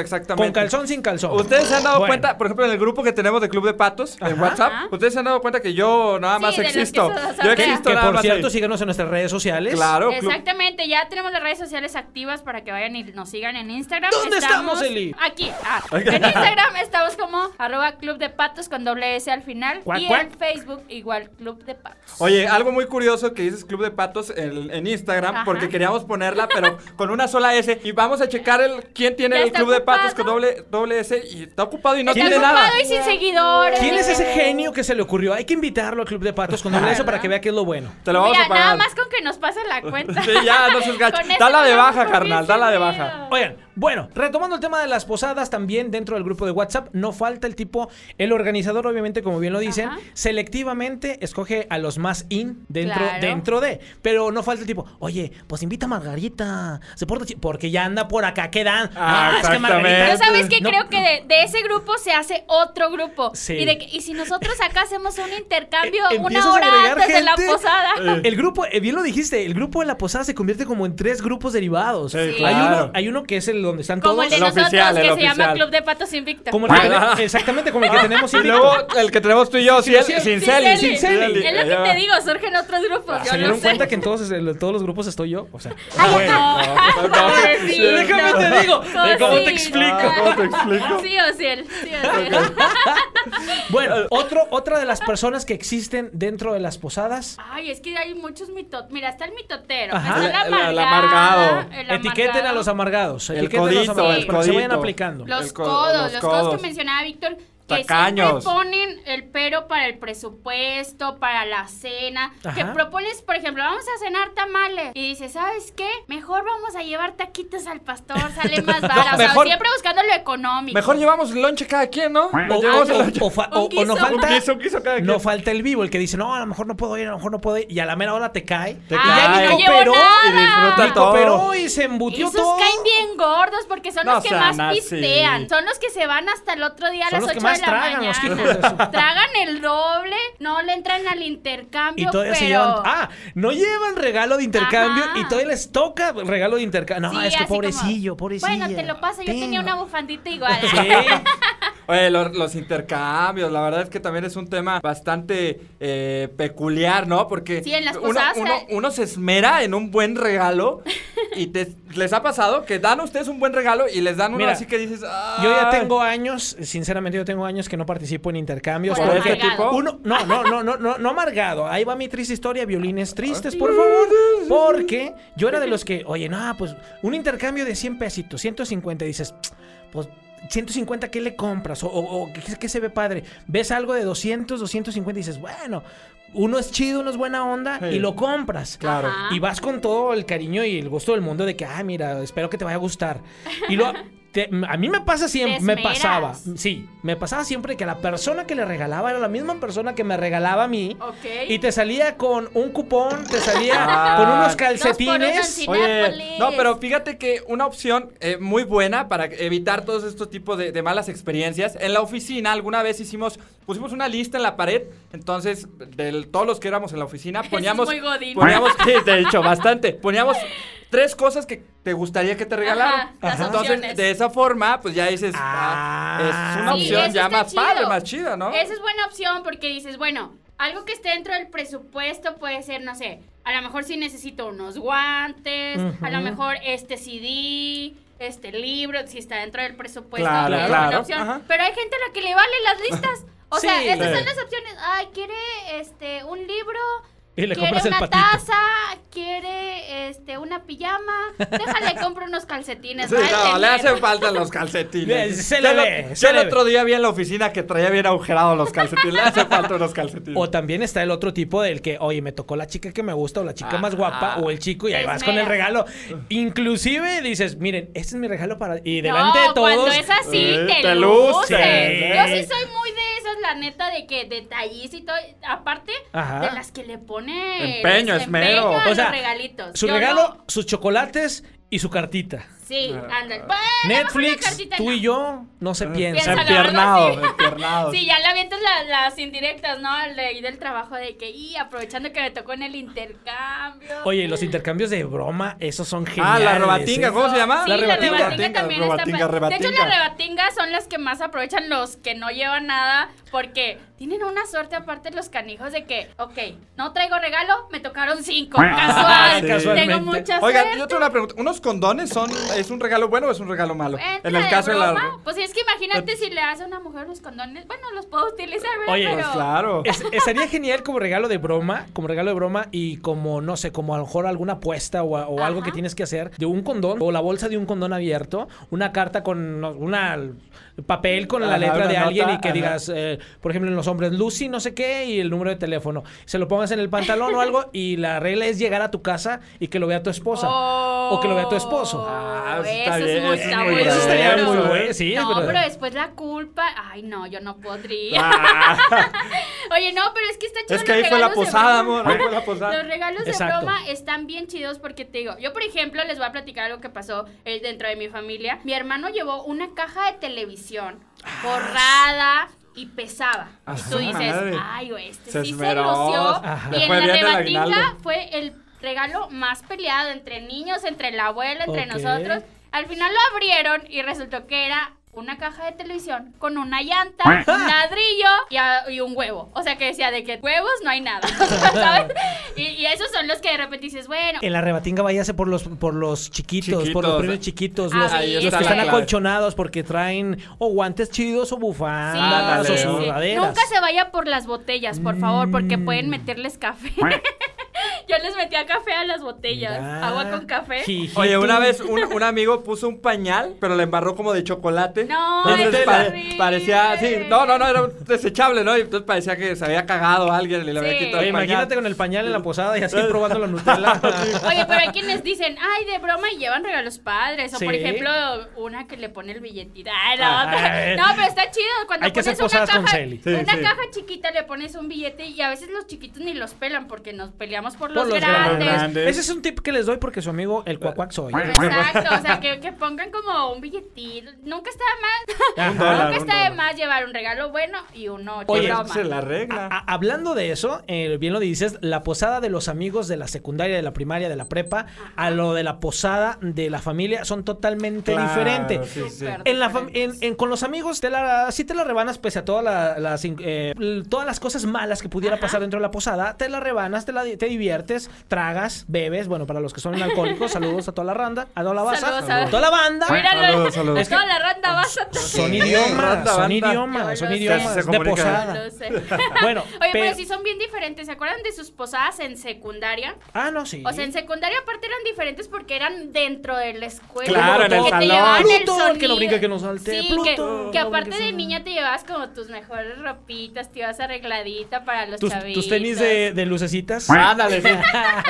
[SPEAKER 2] Con
[SPEAKER 4] exactamente?
[SPEAKER 2] calzón, sin calzón.
[SPEAKER 4] Ustedes se han dado
[SPEAKER 2] Bueno.
[SPEAKER 4] cuenta, por ejemplo, en el grupo que tenemos de Club de Patos, en
[SPEAKER 2] Ajá.
[SPEAKER 4] WhatsApp,
[SPEAKER 3] Ajá.
[SPEAKER 4] ustedes se han dado cuenta que yo nada
[SPEAKER 3] Sí,
[SPEAKER 4] más
[SPEAKER 3] de los que
[SPEAKER 4] existo.
[SPEAKER 3] se
[SPEAKER 4] Yo
[SPEAKER 3] sortean.
[SPEAKER 4] existo
[SPEAKER 2] Que
[SPEAKER 4] nada
[SPEAKER 2] por
[SPEAKER 4] más
[SPEAKER 2] cierto,
[SPEAKER 4] ahí.
[SPEAKER 2] síganos en nuestras redes sociales.
[SPEAKER 4] Claro, Club-
[SPEAKER 3] Exactamente, ya tenemos las redes sociales activas para que vayan y nos sigan en Instagram.
[SPEAKER 2] ¿Dónde estamos, Eli?
[SPEAKER 3] Aquí. Ah, en Instagram estamos como arroba club de patos con doble S al final.
[SPEAKER 2] Cuac,
[SPEAKER 3] y
[SPEAKER 2] cuac.
[SPEAKER 3] en Facebook igual club de patos.
[SPEAKER 4] Oye, algo muy curioso que dices Club de Patos en, en Instagram,
[SPEAKER 3] Ajá.
[SPEAKER 4] porque queríamos ponerla, pero con una sola S. Y vamos a checar el quién tiene
[SPEAKER 3] Ya
[SPEAKER 4] el
[SPEAKER 3] está
[SPEAKER 4] Club de Patos con
[SPEAKER 3] ocupado.
[SPEAKER 4] doble, doble S y está ocupado y no
[SPEAKER 3] Está
[SPEAKER 4] tiene
[SPEAKER 3] ocupado
[SPEAKER 4] nada.
[SPEAKER 3] y sin seguidores.
[SPEAKER 2] ¿Quién es ese genio que se le ocurrió? Hay que invitarlo al Club de Patos con un beso para que vea qué es lo bueno.
[SPEAKER 4] Te lo vamos
[SPEAKER 3] Mira,
[SPEAKER 4] a pagar.
[SPEAKER 3] nada más con que nos pase la cuenta.
[SPEAKER 4] Sí, ya, no seas gacho.
[SPEAKER 3] Con eso
[SPEAKER 4] Dala de
[SPEAKER 3] nos
[SPEAKER 4] baja,
[SPEAKER 3] vamos a
[SPEAKER 4] carnal,
[SPEAKER 3] cumplir
[SPEAKER 4] dala de
[SPEAKER 3] ese
[SPEAKER 4] baja.
[SPEAKER 3] miedo.
[SPEAKER 2] Oigan, Bueno, retomando el tema de las posadas, también dentro del grupo de WhatsApp, no falta el tipo, el organizador, obviamente, como bien lo dicen,
[SPEAKER 3] Ajá.
[SPEAKER 2] selectivamente escoge a los más in dentro,
[SPEAKER 3] Claro.
[SPEAKER 2] dentro de. Pero no falta el tipo, oye, pues invita a Margarita, se porta chi-", porque ya anda por acá, quedan.
[SPEAKER 4] Ah,
[SPEAKER 3] Pero
[SPEAKER 4] exactamente.
[SPEAKER 3] sabes que
[SPEAKER 2] No,
[SPEAKER 3] creo que de, de ese grupo se hace otro grupo.
[SPEAKER 2] Sí.
[SPEAKER 3] Y, de que- y si nosotros acá hacemos un intercambio
[SPEAKER 2] Eh, empiezas a
[SPEAKER 3] una hora
[SPEAKER 2] agregar
[SPEAKER 3] antes de la
[SPEAKER 2] gente.
[SPEAKER 3] posada.
[SPEAKER 2] El grupo, eh, bien lo dijiste, el grupo de la posada se convierte como en tres grupos derivados.
[SPEAKER 4] Sí,
[SPEAKER 2] hay,
[SPEAKER 4] claro.
[SPEAKER 2] uno, hay uno que es el donde están
[SPEAKER 3] Como
[SPEAKER 2] todos.
[SPEAKER 3] el de
[SPEAKER 4] El
[SPEAKER 3] nosotros,
[SPEAKER 4] oficial,
[SPEAKER 3] que
[SPEAKER 4] el
[SPEAKER 3] se llama
[SPEAKER 4] oficial.
[SPEAKER 3] Club de Patos Invictos.
[SPEAKER 2] Como el que
[SPEAKER 4] Ah.
[SPEAKER 2] tene- exactamente, como el que tenemos
[SPEAKER 4] Y
[SPEAKER 2] invitado.
[SPEAKER 4] luego el que tenemos tú y yo, Ciel-
[SPEAKER 2] Ciel-
[SPEAKER 4] Cinceli.
[SPEAKER 3] Cinceli.
[SPEAKER 2] Cinceli.
[SPEAKER 3] Es lo que te digo, surgen otros grupos.
[SPEAKER 4] Ah,
[SPEAKER 2] ¿Se
[SPEAKER 3] yo lo
[SPEAKER 2] dieron
[SPEAKER 3] sé.
[SPEAKER 2] cuenta que en todos, en todos los grupos estoy yo? O sea,
[SPEAKER 4] No, no,
[SPEAKER 3] Pobrecito.
[SPEAKER 2] Déjame te digo,
[SPEAKER 3] Cosita.
[SPEAKER 2] ¿cómo te explico?
[SPEAKER 4] ¿Cómo te explico?
[SPEAKER 3] Sí, Ociel. Sí, Ociel.
[SPEAKER 2] Bueno, otro, otra de las personas que existen dentro de las posadas.
[SPEAKER 3] Ay, es que hay muchos mitos. Mira, está el mitotero.
[SPEAKER 2] Ajá.
[SPEAKER 3] Está la
[SPEAKER 4] El- el- el
[SPEAKER 3] amargada,
[SPEAKER 4] amargado.
[SPEAKER 3] el
[SPEAKER 2] Etiqueten a
[SPEAKER 3] amargado.
[SPEAKER 2] los amargados.
[SPEAKER 4] El
[SPEAKER 2] etiqueten a los
[SPEAKER 4] codito,
[SPEAKER 2] amargados
[SPEAKER 3] el
[SPEAKER 2] para que se vayan
[SPEAKER 4] codito.
[SPEAKER 2] aplicando.
[SPEAKER 3] Los
[SPEAKER 4] El co-
[SPEAKER 3] codos,
[SPEAKER 4] los
[SPEAKER 3] los codos
[SPEAKER 4] codos.
[SPEAKER 3] que mencionaba Víctor, que
[SPEAKER 4] Tacaños.
[SPEAKER 3] siempre ponen el pero para el presupuesto, para la cena,
[SPEAKER 2] Ajá.
[SPEAKER 3] que propones, por ejemplo, vamos a cenar tamales y dices, ¿sabes qué? Mejor vamos a llevar taquitos al pastor, sale más barato, o sea,
[SPEAKER 4] mejor-
[SPEAKER 3] siempre buscando lo económico.
[SPEAKER 4] Mejor llevamos lonche cada quien, ¿no?
[SPEAKER 2] O,
[SPEAKER 4] Nos llevamos el
[SPEAKER 2] o-
[SPEAKER 4] lonche.
[SPEAKER 2] o fa- o-
[SPEAKER 3] Un guiso.
[SPEAKER 2] o no falta,
[SPEAKER 4] Un guiso, un guiso cada quien.
[SPEAKER 2] no falta el vivo, el que dice, no, a lo mejor no puedo ir, a lo mejor no puedo ir. Y a la mera hora te cae.
[SPEAKER 4] Te
[SPEAKER 3] Ay,
[SPEAKER 4] cae.
[SPEAKER 3] no llevo
[SPEAKER 2] Pero-
[SPEAKER 4] y
[SPEAKER 3] nada.
[SPEAKER 4] disfruta
[SPEAKER 2] Te
[SPEAKER 4] todo.
[SPEAKER 2] cooperó y se embutió
[SPEAKER 3] Esos
[SPEAKER 2] todo.
[SPEAKER 3] caen bien gordos porque son
[SPEAKER 4] No
[SPEAKER 3] los que
[SPEAKER 4] sean
[SPEAKER 3] más
[SPEAKER 4] así.
[SPEAKER 3] pistean. Son los que se van hasta el otro día a
[SPEAKER 2] Son
[SPEAKER 3] las
[SPEAKER 2] los que
[SPEAKER 3] 8 de
[SPEAKER 2] más
[SPEAKER 3] la
[SPEAKER 2] tragan, los hijos de
[SPEAKER 3] mañana.
[SPEAKER 2] su-
[SPEAKER 3] Tragan el doble, no le entran al intercambio.
[SPEAKER 2] Y todavía se
[SPEAKER 3] pero-
[SPEAKER 2] llevan. Ah, no llevan regalo de intercambio
[SPEAKER 3] Ajá.
[SPEAKER 2] y todavía les toca regalo de intercambio. No,
[SPEAKER 3] Sí,
[SPEAKER 2] es que
[SPEAKER 3] así como,
[SPEAKER 2] pobrecillo, pobrecillo.
[SPEAKER 3] Bueno, te lo paso, yo tenía una bufandita igual.
[SPEAKER 4] Oye, lo- los, intercambios, la verdad es que también es un tema bastante eh, peculiar, ¿no? Porque
[SPEAKER 3] Sí, en las
[SPEAKER 4] uno,
[SPEAKER 3] posadas
[SPEAKER 4] uno-
[SPEAKER 3] se-
[SPEAKER 4] uno se esmera en un buen regalo y te- les ha pasado que dan a ustedes un buen regalo y les dan uno
[SPEAKER 2] Mira,
[SPEAKER 4] así que dices, "Ah".
[SPEAKER 2] Yo ya tengo años, sinceramente yo tengo años que no participo en intercambios.
[SPEAKER 3] Por
[SPEAKER 2] porque-
[SPEAKER 4] este tipo.
[SPEAKER 2] Uno, no, no, no, no, no, no amargado. Ahí va mi triste historia, violines tristes, por favor. Porque yo era de los que, oye, no, pues un intercambio de 100 pesitos, 150, dices, pues 150, ¿qué le compras? O, o- o, ¿qué, qué se ve padre? Ves algo de 200, 250 y dices, bueno, uno es chido, uno es buena onda
[SPEAKER 4] Sí.
[SPEAKER 2] y lo compras.
[SPEAKER 4] Claro.
[SPEAKER 3] Ajá.
[SPEAKER 2] Y vas con todo el cariño y el gusto del mundo de que, ah, mira, espero que te vaya a gustar. Y lo, te- a mí me pasa siempre,
[SPEAKER 3] Te
[SPEAKER 2] me
[SPEAKER 3] esmeras.
[SPEAKER 2] pasaba, sí, me pasaba siempre que la persona que le regalaba era la misma persona que me regalaba a mí.
[SPEAKER 3] Ok.
[SPEAKER 2] Y te salía con un cupón, te salía
[SPEAKER 4] Ah.
[SPEAKER 2] con unos
[SPEAKER 3] Dos
[SPEAKER 2] calcetines.
[SPEAKER 3] por uno,
[SPEAKER 4] Oye,
[SPEAKER 3] Nápoles.
[SPEAKER 4] no, pero fíjate que una opción eh, muy buena para evitar todos estos tipos de, de malas experiencias. En la oficina alguna vez hicimos, pusimos una lista en la pared, entonces de todos los que éramos en la oficina poníamos,
[SPEAKER 3] muy godín.
[SPEAKER 4] poníamos, sí, de hecho, bastante, poníamos tres cosas que te gustaría que te regalaran.
[SPEAKER 3] Ajá, las
[SPEAKER 4] entonces
[SPEAKER 3] opciones.
[SPEAKER 4] de esa forma, pues ya dices, ah,
[SPEAKER 2] Ah,
[SPEAKER 4] es una
[SPEAKER 2] sí,
[SPEAKER 4] opción
[SPEAKER 3] eso
[SPEAKER 4] ya
[SPEAKER 3] está
[SPEAKER 4] más
[SPEAKER 3] chido.
[SPEAKER 4] padre, más chida, ¿no?
[SPEAKER 3] Esa es buena opción porque dices, bueno, algo que esté dentro del presupuesto puede ser, no sé, a lo mejor si necesito unos guantes, a lo
[SPEAKER 2] Ujú.
[SPEAKER 3] mejor este CD, este libro, si está dentro del presupuesto,
[SPEAKER 4] Claro,
[SPEAKER 3] también es
[SPEAKER 4] claro,
[SPEAKER 3] una opción.
[SPEAKER 4] ajá.
[SPEAKER 3] Pero hay gente a la que le valen las listas. O sea,
[SPEAKER 2] Sí.
[SPEAKER 3] estas
[SPEAKER 4] Sí.
[SPEAKER 3] son las opciones. Ay, quiere este un libro,
[SPEAKER 2] Y le
[SPEAKER 3] quiere
[SPEAKER 2] compras el
[SPEAKER 3] una
[SPEAKER 2] patito.
[SPEAKER 3] taza, quiere este una pijama, déjale compro unos calcetines.
[SPEAKER 4] Sí,
[SPEAKER 3] Ay,
[SPEAKER 4] no, le
[SPEAKER 3] te
[SPEAKER 4] hacen
[SPEAKER 3] muero.
[SPEAKER 4] falta los calcetines.
[SPEAKER 2] Se le
[SPEAKER 4] Yo el
[SPEAKER 2] ve,
[SPEAKER 4] otro-
[SPEAKER 2] se
[SPEAKER 4] yo el
[SPEAKER 2] le ve.
[SPEAKER 4] otro día vi en la oficina que traía bien agujerados los calcetines. Le hace falta unos calcetines.
[SPEAKER 2] O también está el otro tipo del que, oye, me tocó la chica que me gusta o la chica más
[SPEAKER 4] Ah.
[SPEAKER 2] guapa o el chico y ahí
[SPEAKER 3] Te
[SPEAKER 2] vas con el
[SPEAKER 3] esmeras.
[SPEAKER 2] regalo. Inclusive dices, miren, este es mi regalo para... Y
[SPEAKER 3] No,
[SPEAKER 2] delante de todos...
[SPEAKER 3] Cuando es así,
[SPEAKER 4] eh,
[SPEAKER 3] te,
[SPEAKER 4] te
[SPEAKER 3] luces.
[SPEAKER 4] luces,
[SPEAKER 2] eh.
[SPEAKER 3] Yo sí soy muy de esas, la neta, de que detalles y todo. Aparte
[SPEAKER 2] Ajá.
[SPEAKER 3] de las que le pone
[SPEAKER 4] Empeño,
[SPEAKER 3] les
[SPEAKER 4] esmero.
[SPEAKER 3] empeño a
[SPEAKER 4] O
[SPEAKER 3] los
[SPEAKER 2] sea,
[SPEAKER 3] regalitos.
[SPEAKER 2] Su
[SPEAKER 3] Yo
[SPEAKER 2] regalo,
[SPEAKER 3] no-
[SPEAKER 2] sus chocolates y su cartita.
[SPEAKER 3] sí,
[SPEAKER 4] Ah.
[SPEAKER 3] ándale.
[SPEAKER 2] Netflix, tú y
[SPEAKER 3] yo
[SPEAKER 2] yo, no se piensa.
[SPEAKER 3] Piénsalo,
[SPEAKER 4] Empiernado,
[SPEAKER 3] algo así.
[SPEAKER 4] empiernado.
[SPEAKER 3] Sí, ya le avientas la- las indirectas, ¿no? Al de ir del trabajo de que, y aprovechando que me tocó en el intercambio.
[SPEAKER 2] Oye, los intercambios de broma, esos son
[SPEAKER 4] ah,
[SPEAKER 2] geniales.
[SPEAKER 4] la rebatinga,
[SPEAKER 2] ¿eh?
[SPEAKER 4] ¿cómo se llama?
[SPEAKER 3] Sí,
[SPEAKER 2] La
[SPEAKER 3] la
[SPEAKER 2] rebatinga.
[SPEAKER 3] rebatinga, también
[SPEAKER 4] rebatinga,
[SPEAKER 3] está pa-
[SPEAKER 4] rebatinga.
[SPEAKER 3] De hecho, las rebatingas son las que más aprovechan los que no llevan nada porque tienen una suerte aparte los canijos de que, ok, no traigo regalo, me tocaron cinco.
[SPEAKER 2] sí.
[SPEAKER 3] Casual.
[SPEAKER 2] Casualmente.
[SPEAKER 3] Tengo mucha suerte.
[SPEAKER 4] Oigan, yo tengo una pregunta. ¿Unos condones son, es un regalo bueno o es un regalo malo?
[SPEAKER 3] Entra
[SPEAKER 4] en el
[SPEAKER 3] de
[SPEAKER 4] caso de la.
[SPEAKER 3] broma. Pues es que imagínate si le hace a una mujer los condones. Bueno, los puedo utilizar, ¿verdad?
[SPEAKER 2] Oye,
[SPEAKER 3] Pero...
[SPEAKER 4] Pues claro.
[SPEAKER 2] Es- estaría genial como regalo de broma, como regalo de broma y como, no sé, como a lo mejor alguna apuesta o, a- o algo
[SPEAKER 3] Ajá.
[SPEAKER 2] que tienes que hacer de un condón o la bolsa de un condón abierto, una carta con no- una papel con la
[SPEAKER 4] Ajá,
[SPEAKER 2] letra
[SPEAKER 4] Ah, una
[SPEAKER 2] de alguien
[SPEAKER 4] nota,
[SPEAKER 2] y que
[SPEAKER 4] ajá.
[SPEAKER 2] digas, eh, por ejemplo, en los hombres, Lucy, no sé qué, y el número de teléfono. Se lo pongas en el pantalón o algo y la regla es llegar a tu casa y que lo vea tu esposa. O que lo vea tu esposo.
[SPEAKER 4] Ah,
[SPEAKER 3] Oh, eso
[SPEAKER 4] eso está
[SPEAKER 3] es
[SPEAKER 4] bien,
[SPEAKER 3] muy,
[SPEAKER 4] eso
[SPEAKER 3] está
[SPEAKER 4] está
[SPEAKER 3] bueno.
[SPEAKER 2] Eso estaría
[SPEAKER 4] bueno.
[SPEAKER 2] muy bueno, sí,
[SPEAKER 3] no,
[SPEAKER 2] pero-
[SPEAKER 3] pero... después la culpa. Ay, no, yo no podría. Oye, no, pero es que está chido.
[SPEAKER 4] Ah. es que
[SPEAKER 3] los
[SPEAKER 4] ahí fue la
[SPEAKER 3] regalos de
[SPEAKER 4] posada,
[SPEAKER 3] broma.
[SPEAKER 4] amor. Ahí fue la
[SPEAKER 3] Los
[SPEAKER 4] posada.
[SPEAKER 3] regalos de
[SPEAKER 2] Exacto.
[SPEAKER 3] broma están bien chidos porque te digo, yo por ejemplo les voy a platicar algo que pasó eh, dentro de mi familia. Mi hermano llevó una caja de televisión
[SPEAKER 2] Ah.
[SPEAKER 3] borrada y pesaba.
[SPEAKER 4] Ah,
[SPEAKER 3] y tú
[SPEAKER 4] su
[SPEAKER 3] dices,
[SPEAKER 4] madre.
[SPEAKER 3] ay, güey, este
[SPEAKER 4] Se
[SPEAKER 3] sí
[SPEAKER 4] esmeró.
[SPEAKER 3] se lució.
[SPEAKER 4] Ajá.
[SPEAKER 3] Y
[SPEAKER 4] Le
[SPEAKER 3] en
[SPEAKER 4] fue
[SPEAKER 3] la
[SPEAKER 4] bien el
[SPEAKER 3] rebatinga
[SPEAKER 4] aguinaldo.
[SPEAKER 3] fue el regalo más peleado entre niños, entre la abuela, entre
[SPEAKER 2] Ok.
[SPEAKER 3] nosotros. Al final lo abrieron y resultó que era una caja de televisión con una llanta, un ladrillo y, a- y un huevo. O sea que decía de que huevos no hay nada. ¿sabes? Y, y esos son los que de repente dices, bueno,
[SPEAKER 2] En la rebatinga váyase por los, por los chiquitos, por los
[SPEAKER 4] Chiquitos.
[SPEAKER 2] premios chiquitos,
[SPEAKER 3] Ah,
[SPEAKER 2] los,
[SPEAKER 3] ahí
[SPEAKER 2] los
[SPEAKER 3] está
[SPEAKER 2] que
[SPEAKER 3] la
[SPEAKER 2] están
[SPEAKER 3] clave.
[SPEAKER 2] acolchonados porque traen o guantes chidos o
[SPEAKER 3] sí,
[SPEAKER 2] bufandas
[SPEAKER 4] ándale,
[SPEAKER 2] o
[SPEAKER 3] sí,
[SPEAKER 2] sus
[SPEAKER 3] sí.
[SPEAKER 2] Ah, sudaderas. Mm.
[SPEAKER 3] nunca se vaya por las botellas, por favor, porque pueden meterles café. Yo les metía café a las botellas,
[SPEAKER 2] Mira,
[SPEAKER 3] agua con café.
[SPEAKER 2] jijito.
[SPEAKER 4] Oye, una vez un, un amigo puso un pañal, pero le embarró como de chocolate.
[SPEAKER 3] No,
[SPEAKER 4] entonces
[SPEAKER 3] es
[SPEAKER 4] pare-
[SPEAKER 3] horrible.
[SPEAKER 4] parecía, sí, no, no, no, era un desechable, ¿no? Y entonces parecía que se había cagado alguien y le había
[SPEAKER 3] Sí.
[SPEAKER 4] quitado
[SPEAKER 2] Oye,
[SPEAKER 4] el pañal.
[SPEAKER 2] imagínate con el pañal en la posada y así probando la Nutella.
[SPEAKER 3] Oye, pero hay quienes dicen, ay, de broma y llevan regalos padres. O por
[SPEAKER 2] Sí.
[SPEAKER 3] ejemplo, una que le pone el billetito. Ay, la
[SPEAKER 2] Ay.
[SPEAKER 3] otra. No, pero está chido. Cuando
[SPEAKER 2] Hay que hacer
[SPEAKER 3] pones una
[SPEAKER 2] posadas
[SPEAKER 3] caja,
[SPEAKER 2] con Celi.
[SPEAKER 4] Sí,
[SPEAKER 3] una
[SPEAKER 4] sí.
[SPEAKER 3] caja chiquita le pones un billete y a veces los chiquitos ni los pelan porque nos peleamos por,
[SPEAKER 2] Por
[SPEAKER 3] los,
[SPEAKER 2] los
[SPEAKER 3] grandes.
[SPEAKER 4] grandes.
[SPEAKER 2] Ese es un tip que les doy porque su amigo, el cuacuac, soy.
[SPEAKER 3] Exacto, o sea, que, que pongan como un billetito. Nunca está de más,
[SPEAKER 4] Un dólar,
[SPEAKER 3] nunca
[SPEAKER 4] un
[SPEAKER 3] está de
[SPEAKER 4] dólar.
[SPEAKER 3] más llevar un regalo bueno y uno de
[SPEAKER 2] Oye, Ah,
[SPEAKER 3] broma.
[SPEAKER 4] Pues, se la regla.
[SPEAKER 2] A- a- hablando de eso, eh, bien lo dices, la posada de los amigos de la secundaria, de la primaria, de la prepa, a lo de la posada de la familia son totalmente
[SPEAKER 4] Claro,
[SPEAKER 2] diferentes.
[SPEAKER 4] sí, sí.
[SPEAKER 3] Súper.
[SPEAKER 2] En la fam- en- en- con los amigos te la, sí te la rebanas pese a todas las, eh, l- todas las cosas malas que pudiera pasar dentro de la posada. Te la rebanas, te, la, di- te diviertes, tragas, bebes. Bueno, para los que son alcohólicos, saludos a toda la randa, a toda la
[SPEAKER 3] Saludos
[SPEAKER 2] banda.
[SPEAKER 3] a-
[SPEAKER 2] A toda la banda.
[SPEAKER 3] Míralo,
[SPEAKER 4] Saludos, saludos.
[SPEAKER 3] a toda la randa vas a
[SPEAKER 2] Son idiomas,
[SPEAKER 4] Randa,
[SPEAKER 2] son
[SPEAKER 4] banda.
[SPEAKER 2] idiomas,
[SPEAKER 3] Yo
[SPEAKER 2] son
[SPEAKER 3] lo sé.
[SPEAKER 2] idiomas
[SPEAKER 4] Se
[SPEAKER 2] de
[SPEAKER 4] comunican.
[SPEAKER 2] posada.
[SPEAKER 3] No sé.
[SPEAKER 2] Bueno,
[SPEAKER 3] Oye, pero
[SPEAKER 2] pero-
[SPEAKER 3] sí son bien diferentes. ¿Se acuerdan de sus posadas en secundaria?
[SPEAKER 2] Ah, no, sí.
[SPEAKER 3] O sea, en secundaria aparte eran diferentes porque eran dentro de la escuela.
[SPEAKER 4] Claro, en el
[SPEAKER 3] que
[SPEAKER 4] salón.
[SPEAKER 3] Te llevaban
[SPEAKER 2] Pluto,
[SPEAKER 3] el
[SPEAKER 2] el que no
[SPEAKER 3] sonido.
[SPEAKER 2] brinca, que no salte.
[SPEAKER 3] Sí,
[SPEAKER 2] Pluto,
[SPEAKER 3] que,
[SPEAKER 2] no
[SPEAKER 3] que
[SPEAKER 2] brinca,
[SPEAKER 3] aparte
[SPEAKER 2] que
[SPEAKER 3] de
[SPEAKER 2] no-
[SPEAKER 3] niña te llevabas como tus mejores ropitas, te ibas arregladita para los
[SPEAKER 2] tus,
[SPEAKER 3] chavitos.
[SPEAKER 2] tus tenis de, de lucecitas.
[SPEAKER 3] Ah.
[SPEAKER 4] Ándale, sí.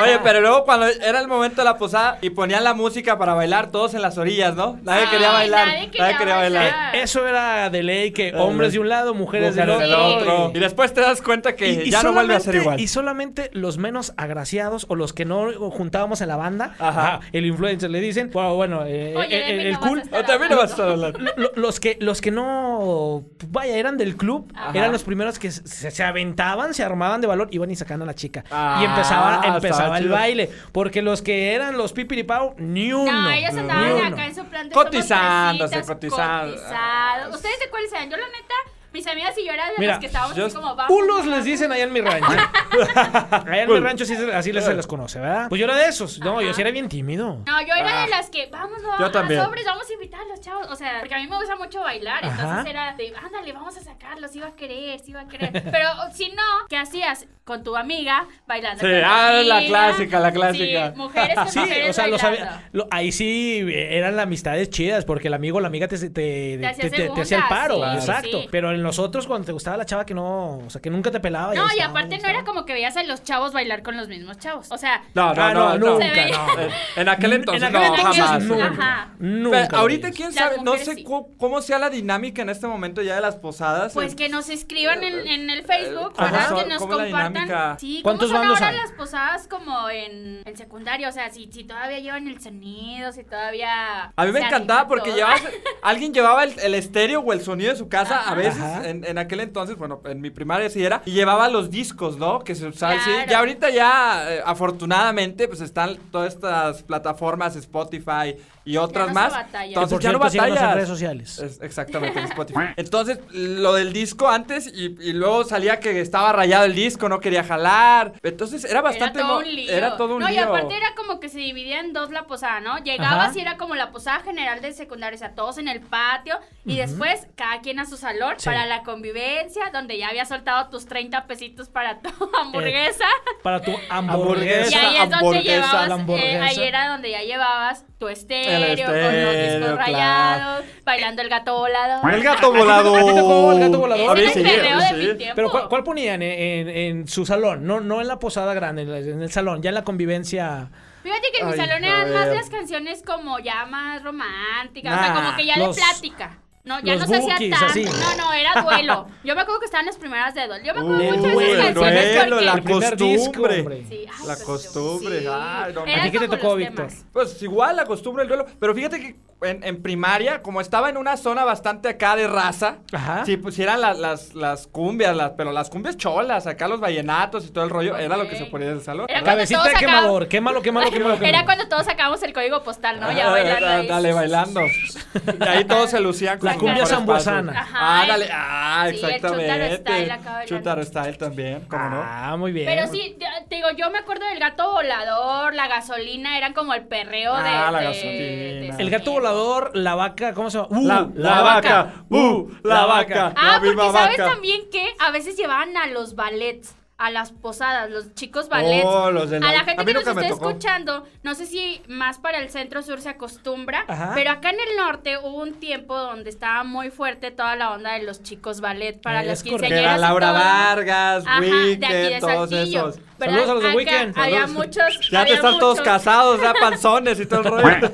[SPEAKER 4] Oye, pero luego cuando era el momento de la posada y ponían la música para bailar todos en las orillas, ¿no? Nadie
[SPEAKER 3] Sí,
[SPEAKER 4] quería bailar.
[SPEAKER 3] nadie quería bailar.
[SPEAKER 2] Eh, eso era de ley que hombres de un lado, mujeres del
[SPEAKER 4] Mujeres Ah, del
[SPEAKER 2] otro.
[SPEAKER 4] otro.
[SPEAKER 2] y-
[SPEAKER 4] Y después te das cuenta que
[SPEAKER 2] Y- y
[SPEAKER 4] ya no vuelve a ser
[SPEAKER 2] solamente-
[SPEAKER 4] igual.
[SPEAKER 2] Y solamente los menos agraciados o los que no juntábamos en la banda,
[SPEAKER 4] Ajá.
[SPEAKER 2] ah, el influencer le dicen, bueno, bueno, eh,
[SPEAKER 3] Oye,
[SPEAKER 2] eh,
[SPEAKER 3] de mí
[SPEAKER 2] el
[SPEAKER 3] no vas a
[SPEAKER 2] cool,
[SPEAKER 3] estar
[SPEAKER 4] No, también no vas a hablar.
[SPEAKER 2] Lo- lo- los que los que no vaya eran del club
[SPEAKER 3] Ajá.
[SPEAKER 2] eran los primeros que se, se aventaban se armaban de valor iban y sacaban a la chica
[SPEAKER 4] Ah,
[SPEAKER 2] y empezaba
[SPEAKER 4] estaba
[SPEAKER 2] empezaba el
[SPEAKER 4] chido.
[SPEAKER 2] baile porque los que eran los pipiripao ni uno
[SPEAKER 3] No, ellos andaban
[SPEAKER 2] ni uno.
[SPEAKER 3] acá en su plan de
[SPEAKER 4] Cotizándose,
[SPEAKER 3] somos fresitas,
[SPEAKER 4] cotizando.
[SPEAKER 3] cotizados. ¿Ustedes de cuáles eran? Yo la neta, mis amigas y yo era de
[SPEAKER 2] Mira,
[SPEAKER 3] las que estábamos
[SPEAKER 4] yo-
[SPEAKER 3] así como vamos.
[SPEAKER 2] unos les dicen allá en mi rancho allá en mi rancho sí se- así les se les conoce ¿verdad? pues yo era de esos no yo sí era bien tímido
[SPEAKER 3] No, yo era de las que, vamos, vamos,
[SPEAKER 4] Ah. también.
[SPEAKER 3] sobres, vamos a invitar a los chavos. O sea, porque a mí me gusta mucho bailar.
[SPEAKER 2] Ajá.
[SPEAKER 3] Entonces era de, ándale, vamos a sacarlos, iba a querer, sí iba a querer. Pero oh, si no, ¿qué hacías? Con tu amiga bailando.
[SPEAKER 4] Sí,
[SPEAKER 3] con tu
[SPEAKER 4] ah, la
[SPEAKER 3] amiga.
[SPEAKER 4] clásica, la clásica.
[SPEAKER 3] Sí, mujeres con
[SPEAKER 2] Sí,
[SPEAKER 3] mujeres
[SPEAKER 2] o sea, los
[SPEAKER 3] bailando.
[SPEAKER 2] había- lo- ahí sí eh, eran las amistades chidas, porque el amigo o la amiga te, te, te-
[SPEAKER 3] Te hacía
[SPEAKER 2] te- te- te
[SPEAKER 3] segunda,
[SPEAKER 2] hacía el paro,
[SPEAKER 3] sí,
[SPEAKER 2] exacto.
[SPEAKER 3] sí.
[SPEAKER 2] Pero en los otros, cuando te gustaba la chava que no, o sea, que nunca te pelaba.
[SPEAKER 3] No,
[SPEAKER 2] ahí
[SPEAKER 3] y
[SPEAKER 2] estaba,
[SPEAKER 3] aparte
[SPEAKER 2] ahí
[SPEAKER 3] no era
[SPEAKER 2] estaba.
[SPEAKER 3] como que veías a los chavos bailar con los mismos chavos. O sea,
[SPEAKER 4] No, no,
[SPEAKER 2] Ah,
[SPEAKER 4] no,
[SPEAKER 2] no,
[SPEAKER 4] no.
[SPEAKER 2] nunca, no.
[SPEAKER 4] En- En aquel entonces,
[SPEAKER 2] en aquel
[SPEAKER 4] no,
[SPEAKER 2] entonces,
[SPEAKER 4] jamás.
[SPEAKER 2] nunca,
[SPEAKER 3] Ajá.
[SPEAKER 2] nunca
[SPEAKER 4] Pero ahorita,
[SPEAKER 2] lo
[SPEAKER 4] quién
[SPEAKER 3] Las
[SPEAKER 4] sabe, no
[SPEAKER 3] mujeres
[SPEAKER 4] sé
[SPEAKER 3] sí.
[SPEAKER 4] cu- cómo sea la dinámica en este momento ya de las posadas.
[SPEAKER 3] Pues
[SPEAKER 4] Eh,
[SPEAKER 3] que nos escriban en, en el Facebook
[SPEAKER 4] ¿Cómo
[SPEAKER 3] para
[SPEAKER 4] son-
[SPEAKER 3] que nos
[SPEAKER 4] cómo es la dinámica?
[SPEAKER 3] compartan. Sí, ¿cómo
[SPEAKER 2] ¿Cuántos
[SPEAKER 3] son
[SPEAKER 2] bandos
[SPEAKER 3] ahora
[SPEAKER 2] hay?
[SPEAKER 3] las posadas como en, en secundaria? O sea, si, si todavía llevan el sonido, si todavía.
[SPEAKER 4] A mí me
[SPEAKER 3] se
[SPEAKER 4] encantaba
[SPEAKER 3] animan
[SPEAKER 4] porque
[SPEAKER 3] todos.
[SPEAKER 4] llevabas, alguien llevaba el, el estéreo o el sonido de su casa, a veces,
[SPEAKER 2] Ajá.
[SPEAKER 4] en, en aquel entonces, bueno, en mi primaria sí era, y llevaba los discos, ¿no? Que se usaban, sí.
[SPEAKER 3] Claro.
[SPEAKER 4] Ya ahorita ya, eh, afortunadamente, pues están todas estas plataformas, Spotify y otras
[SPEAKER 3] no se
[SPEAKER 4] más.
[SPEAKER 3] batalla.
[SPEAKER 2] Que, por
[SPEAKER 4] Entonces ya no
[SPEAKER 2] cierto, síganos en
[SPEAKER 4] batallas.
[SPEAKER 2] redes sociales.
[SPEAKER 4] Es- exactamente, en Spotify. Entonces, lo del disco antes y, y luego salía que estaba rayado el disco, no quería jalar. Entonces, era bastante...
[SPEAKER 3] Era todo
[SPEAKER 4] mo-
[SPEAKER 3] un lío.
[SPEAKER 4] Era todo un
[SPEAKER 3] no, y
[SPEAKER 4] lío.
[SPEAKER 3] aparte era como que se dividía en dos la posada, ¿no? Llegabas
[SPEAKER 2] Ajá.
[SPEAKER 3] y era como la posada general de secundaria, o sea, todos en el patio. Y después cada quien a su salón
[SPEAKER 2] Sí.
[SPEAKER 3] para la convivencia, donde ya había soltado tus 30 pesitos para todo. hamburguesa.
[SPEAKER 2] Para tu
[SPEAKER 3] y
[SPEAKER 2] hamburguesa.
[SPEAKER 3] ahí es donde
[SPEAKER 2] la
[SPEAKER 4] hamburguesa,
[SPEAKER 3] llevabas, eh,
[SPEAKER 2] hamburguesa.
[SPEAKER 3] ahí era donde ya llevabas tu
[SPEAKER 4] El
[SPEAKER 3] estéreo, con los
[SPEAKER 4] estéreo,
[SPEAKER 3] discos
[SPEAKER 4] claro.
[SPEAKER 3] rayados, bailando el gato volado.
[SPEAKER 4] El gato
[SPEAKER 2] ¿A ti te tocó el gato
[SPEAKER 4] volador.
[SPEAKER 2] volador?
[SPEAKER 3] Ese era el
[SPEAKER 4] sí,
[SPEAKER 3] perreo de
[SPEAKER 4] sí.
[SPEAKER 3] mi tiempo.
[SPEAKER 2] Pero ¿cuál, cuál ponían en, en- en su salón? No, no en la posada grande, en el, en el salón, ya en la convivencia.
[SPEAKER 3] Fíjate que en mi
[SPEAKER 4] Ay,
[SPEAKER 3] salón
[SPEAKER 4] a
[SPEAKER 3] eran más
[SPEAKER 4] ver.
[SPEAKER 3] las canciones como ya más románticas, o sea,
[SPEAKER 4] Ah,
[SPEAKER 3] como que ya
[SPEAKER 2] los-
[SPEAKER 3] de plática. No, ya
[SPEAKER 2] los
[SPEAKER 3] no se hacía
[SPEAKER 2] bookies,
[SPEAKER 3] tan.
[SPEAKER 2] así.
[SPEAKER 3] No, no, era duelo. Yo me acuerdo que estaban las primeras de duelo. Yo me acuerdo
[SPEAKER 4] Uh,
[SPEAKER 3] mucho de esas
[SPEAKER 4] el
[SPEAKER 3] canciones
[SPEAKER 4] duelo,
[SPEAKER 3] porque.
[SPEAKER 4] la
[SPEAKER 2] El primer disco, hombre.
[SPEAKER 4] costumbre.
[SPEAKER 3] Sí, ay,
[SPEAKER 4] La
[SPEAKER 3] pues,
[SPEAKER 4] costumbre,
[SPEAKER 3] sí.
[SPEAKER 4] ay, no,
[SPEAKER 3] Eran
[SPEAKER 2] ¿A ti qué te
[SPEAKER 3] como
[SPEAKER 2] tocó,
[SPEAKER 3] los
[SPEAKER 2] Víctor?
[SPEAKER 3] temas.
[SPEAKER 4] Pues igual la costumbre del duelo. Pero fíjate que en, en primaria, como estaba en una zona bastante acá de raza,
[SPEAKER 2] Ajá.
[SPEAKER 4] si pusieran las, las, las cumbias, las, pero las cumbias cholas, acá los vallenatos y todo el rollo, era lo que se
[SPEAKER 3] Ok.
[SPEAKER 4] ponía en el salón.
[SPEAKER 3] Era
[SPEAKER 4] ¿verdad?
[SPEAKER 3] cuando
[SPEAKER 2] Cabecita
[SPEAKER 3] todos
[SPEAKER 2] de
[SPEAKER 3] acá-
[SPEAKER 2] quemador, quémalo, quémalo, quémalo. quémalo.
[SPEAKER 3] Era cuando todos sacábamos el código postal, ¿no? Ya
[SPEAKER 4] Ah,
[SPEAKER 3] bailando. ahí.
[SPEAKER 4] Ándale, bailando. Y ahí todos se lucían con
[SPEAKER 2] La
[SPEAKER 4] sus
[SPEAKER 2] cumbia
[SPEAKER 4] mejores
[SPEAKER 2] zamborsana.
[SPEAKER 4] pasos.
[SPEAKER 3] Ajá.
[SPEAKER 4] Ándale, ah,
[SPEAKER 3] Sí, el Chuntaro Style acá
[SPEAKER 4] exactamente.
[SPEAKER 3] bailando.
[SPEAKER 4] Chutaro Style también, ¿cómo no?
[SPEAKER 2] Ah, muy bien.
[SPEAKER 3] Pero sí, te- te digo, yo me acuerdo del gato volador, la gasolina, eran como el perreo de.
[SPEAKER 4] Ah, la
[SPEAKER 3] de-
[SPEAKER 4] gasolina.
[SPEAKER 3] de ese
[SPEAKER 2] El gato
[SPEAKER 3] tiempo.
[SPEAKER 2] volador, la vaca, ¿cómo se llama? Uh,
[SPEAKER 4] La, la vaca, uh, la vaca,
[SPEAKER 3] Ah,
[SPEAKER 4] la
[SPEAKER 3] porque
[SPEAKER 4] misma
[SPEAKER 3] sabes
[SPEAKER 4] vaca.
[SPEAKER 3] también que a veces llevaban a los ballets, a las posadas, los chicos ballets.
[SPEAKER 4] Oh, los de la-
[SPEAKER 3] A la
[SPEAKER 4] a
[SPEAKER 3] gente
[SPEAKER 4] mí
[SPEAKER 3] que nos
[SPEAKER 4] nunca me
[SPEAKER 3] está
[SPEAKER 4] tocó.
[SPEAKER 3] escuchando, no sé si más para el centro sur se acostumbra,
[SPEAKER 2] Ajá.
[SPEAKER 3] pero acá en el norte hubo un tiempo donde estaba muy fuerte toda la onda de los chicos ballet para
[SPEAKER 2] Es
[SPEAKER 3] las
[SPEAKER 2] correcto.
[SPEAKER 4] Que era
[SPEAKER 3] quinceañeras. y
[SPEAKER 4] Laura
[SPEAKER 3] todo.
[SPEAKER 4] Vargas,
[SPEAKER 3] Ajá, de aquí
[SPEAKER 4] Wicked,
[SPEAKER 3] de
[SPEAKER 4] todos
[SPEAKER 3] Saltillo.
[SPEAKER 4] esos.
[SPEAKER 3] ¿verdad?
[SPEAKER 2] Saludos a los de
[SPEAKER 3] Acá
[SPEAKER 2] Weekend.
[SPEAKER 3] Había
[SPEAKER 2] Saludos.
[SPEAKER 3] muchos.
[SPEAKER 4] Ya te
[SPEAKER 3] había
[SPEAKER 4] están todos
[SPEAKER 3] muchos.
[SPEAKER 4] casados, ya panzones y todo el rollo.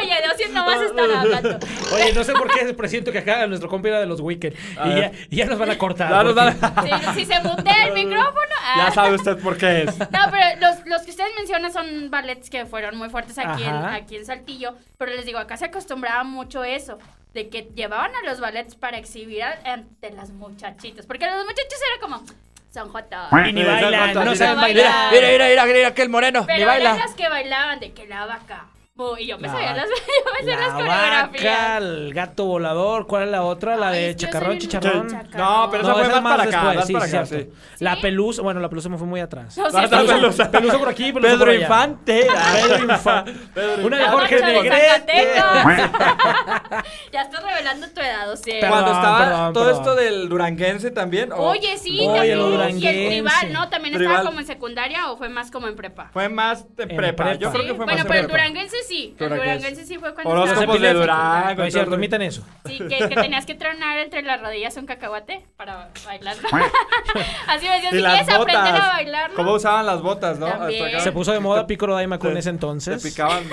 [SPEAKER 3] Oye, de Ociel no vas a estar hablando.
[SPEAKER 2] Oye, no sé por qué presiento que acá nuestro compi era de los Weekend.
[SPEAKER 4] A
[SPEAKER 2] Y ya,
[SPEAKER 4] ver.
[SPEAKER 2] y ya nos van a cortar.
[SPEAKER 4] Ya nos
[SPEAKER 2] porque-
[SPEAKER 4] van-
[SPEAKER 3] Sí, si se mutea el micrófono. ah.
[SPEAKER 4] Ya sabe usted por qué es.
[SPEAKER 3] No, pero los, los que ustedes mencionan son ballets que fueron muy fuertes aquí en,
[SPEAKER 2] Ajá.
[SPEAKER 3] aquí en Saltillo, pero les digo, acá se acostumbraba mucho eso, de que llevaban a los ballets para exhibir a- ante las muchachitas, porque los muchachos era como, son jotos.
[SPEAKER 2] Y ni bailan,
[SPEAKER 4] Mira,
[SPEAKER 2] no saben
[SPEAKER 3] bailan.
[SPEAKER 2] bailar.
[SPEAKER 4] Mira, mira, mira, mira, aquel moreno, ni
[SPEAKER 3] Pero eran
[SPEAKER 4] baila.
[SPEAKER 3] las que bailaban de que la vaca. bu- Y yo me
[SPEAKER 2] La
[SPEAKER 3] sabía
[SPEAKER 2] vaca.
[SPEAKER 3] las, yo me sabía las
[SPEAKER 2] La
[SPEAKER 3] coreografías.
[SPEAKER 2] vaca, el gato volador, ¿cuál es la otra? La
[SPEAKER 3] Ay,
[SPEAKER 2] de
[SPEAKER 3] es que yo
[SPEAKER 2] chacarrón,
[SPEAKER 3] soy bien
[SPEAKER 2] chicharrón.
[SPEAKER 3] muchacha.
[SPEAKER 4] No, pero esa
[SPEAKER 2] No,
[SPEAKER 4] fue
[SPEAKER 2] esa
[SPEAKER 4] más para acá,
[SPEAKER 2] después,
[SPEAKER 4] más
[SPEAKER 2] sí,
[SPEAKER 4] para
[SPEAKER 2] sí,
[SPEAKER 4] acá, sí.
[SPEAKER 2] cierto. La pelusa, bueno, la pelusa me fue muy atrás.
[SPEAKER 3] No, sí,
[SPEAKER 4] Más
[SPEAKER 3] sí,
[SPEAKER 4] atrás
[SPEAKER 3] sí.
[SPEAKER 4] de los-
[SPEAKER 2] Pelusa por aquí, pelusa por
[SPEAKER 4] Pedro
[SPEAKER 2] allá.
[SPEAKER 4] Infante.
[SPEAKER 2] Pedro Infante. Una de
[SPEAKER 3] La
[SPEAKER 2] Jorge Este.
[SPEAKER 3] mancha de
[SPEAKER 2] Negrete.
[SPEAKER 3] Zacatecas. ya estás revelando tu edad, o sea.
[SPEAKER 2] Perdón,
[SPEAKER 4] Cuando estaba
[SPEAKER 2] perdón,
[SPEAKER 4] todo
[SPEAKER 2] perdón.
[SPEAKER 4] esto del duranguense también. o-
[SPEAKER 3] Oye, sí,
[SPEAKER 2] Oye, lo
[SPEAKER 3] también. Y el
[SPEAKER 2] duranguense.
[SPEAKER 3] tribal, ¿no? ¿También
[SPEAKER 4] Tribal.
[SPEAKER 3] estaba como en secundaria o fue más como en prepa?
[SPEAKER 4] Fue más de
[SPEAKER 2] En
[SPEAKER 4] prepa.
[SPEAKER 2] prepa.
[SPEAKER 4] Yo creo
[SPEAKER 3] Sí,
[SPEAKER 4] que fue
[SPEAKER 3] bueno,
[SPEAKER 4] más
[SPEAKER 3] pero
[SPEAKER 4] de
[SPEAKER 3] el
[SPEAKER 4] prepa.
[SPEAKER 3] duranguense sí. El
[SPEAKER 4] Duranguense.
[SPEAKER 3] duranguense sí fue cuando
[SPEAKER 4] Horóscopos
[SPEAKER 3] estábamos
[SPEAKER 4] de
[SPEAKER 3] en la
[SPEAKER 4] Durango.
[SPEAKER 2] No es cierto, omiten eso.
[SPEAKER 3] secundaria. Sí, que, que tenías que tronar entre las rodillas un cacahuate para bailar. Así me decían, si quieres aprender a bailar,
[SPEAKER 4] ¿Cómo usaban las botas, no?
[SPEAKER 3] También.
[SPEAKER 4] Hasta acá.
[SPEAKER 2] Se puso de moda Piccolo Daima con
[SPEAKER 4] Te-
[SPEAKER 2] ese entonces.
[SPEAKER 4] Te picaban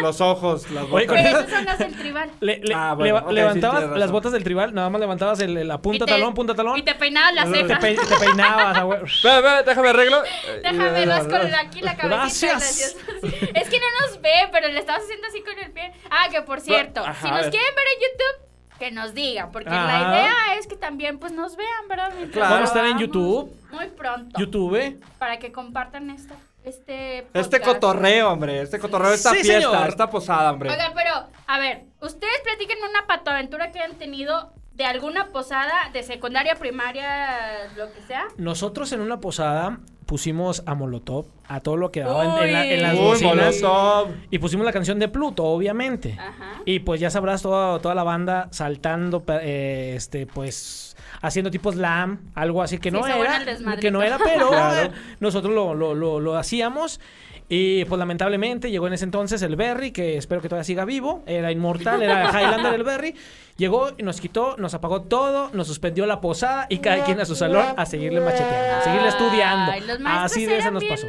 [SPEAKER 4] los ojos, las
[SPEAKER 2] Oye,
[SPEAKER 4] botas.
[SPEAKER 2] con
[SPEAKER 3] Pero esas son las del tribal.
[SPEAKER 2] Le- le-
[SPEAKER 4] Ah, bueno,
[SPEAKER 2] leva-
[SPEAKER 4] ok, sí,
[SPEAKER 2] levantabas
[SPEAKER 4] tienes razón.
[SPEAKER 2] las botas del tribal, nada más levantabas el, el- la punta
[SPEAKER 3] Y te-
[SPEAKER 2] talón, punta talón.
[SPEAKER 3] Y te peinabas la
[SPEAKER 2] te
[SPEAKER 3] ceja.
[SPEAKER 2] pe- te peinabas, ah, güey.
[SPEAKER 4] Ve, ve, déjame arreglo. Eh,
[SPEAKER 3] Déjame rasco aquí la cabecita.
[SPEAKER 2] Gracias.
[SPEAKER 3] Gracias. Es que no nos ve, pero le estabas haciendo así con el pie. Ah, que por cierto,
[SPEAKER 4] Ajá,
[SPEAKER 3] si
[SPEAKER 4] a
[SPEAKER 3] nos
[SPEAKER 4] ver.
[SPEAKER 3] quieren ver en YouTube, que nos digan, porque
[SPEAKER 2] Ajá.
[SPEAKER 3] la idea es que también pues nos vean, ¿verdad? Mientras
[SPEAKER 4] Claro.
[SPEAKER 2] Vamos a estar en
[SPEAKER 3] grabamos.
[SPEAKER 2] YouTube.
[SPEAKER 3] Muy pronto.
[SPEAKER 2] YouTube.
[SPEAKER 3] Para que compartan esta, este
[SPEAKER 4] Este
[SPEAKER 3] podcast.
[SPEAKER 4] cotorreo, hombre. Este cotorreo, esta
[SPEAKER 2] Sí,
[SPEAKER 4] fiesta,
[SPEAKER 2] señor.
[SPEAKER 4] esta posada, hombre.
[SPEAKER 3] Oigan, pero, a ver, ustedes platiquen una patoaventura que hayan tenido de alguna posada, de secundaria, primaria, lo que sea.
[SPEAKER 2] Nosotros en una posada pusimos a Molotov, a todo lo que daba en, en la- en las
[SPEAKER 3] Uy.
[SPEAKER 4] Uy,
[SPEAKER 2] bocinas.
[SPEAKER 4] Molotov.
[SPEAKER 2] Y pusimos la canción de Pluto, obviamente.
[SPEAKER 3] Ajá.
[SPEAKER 2] Y pues ya sabrás toda, toda la banda saltando, pe- eh, este, pues haciendo tipo slam, algo así que
[SPEAKER 3] Sí,
[SPEAKER 2] no
[SPEAKER 3] se vuelve
[SPEAKER 2] era.
[SPEAKER 3] el desmadrito.
[SPEAKER 2] Que no era, pero
[SPEAKER 4] Claro.
[SPEAKER 2] eh, nosotros lo, lo- lo- lo hacíamos. Y pues lamentablemente llegó en ese entonces el Berry, que espero que todavía siga vivo, era inmortal, era Highlander el Berry. Llegó y nos quitó, nos apagó todo, nos suspendió la posada y cada quien a su salón a seguirle macheteando, a seguirle estudiando.
[SPEAKER 3] Ay, los maestros
[SPEAKER 2] Así de
[SPEAKER 3] eran
[SPEAKER 2] esa nos
[SPEAKER 3] bien-
[SPEAKER 2] pasó.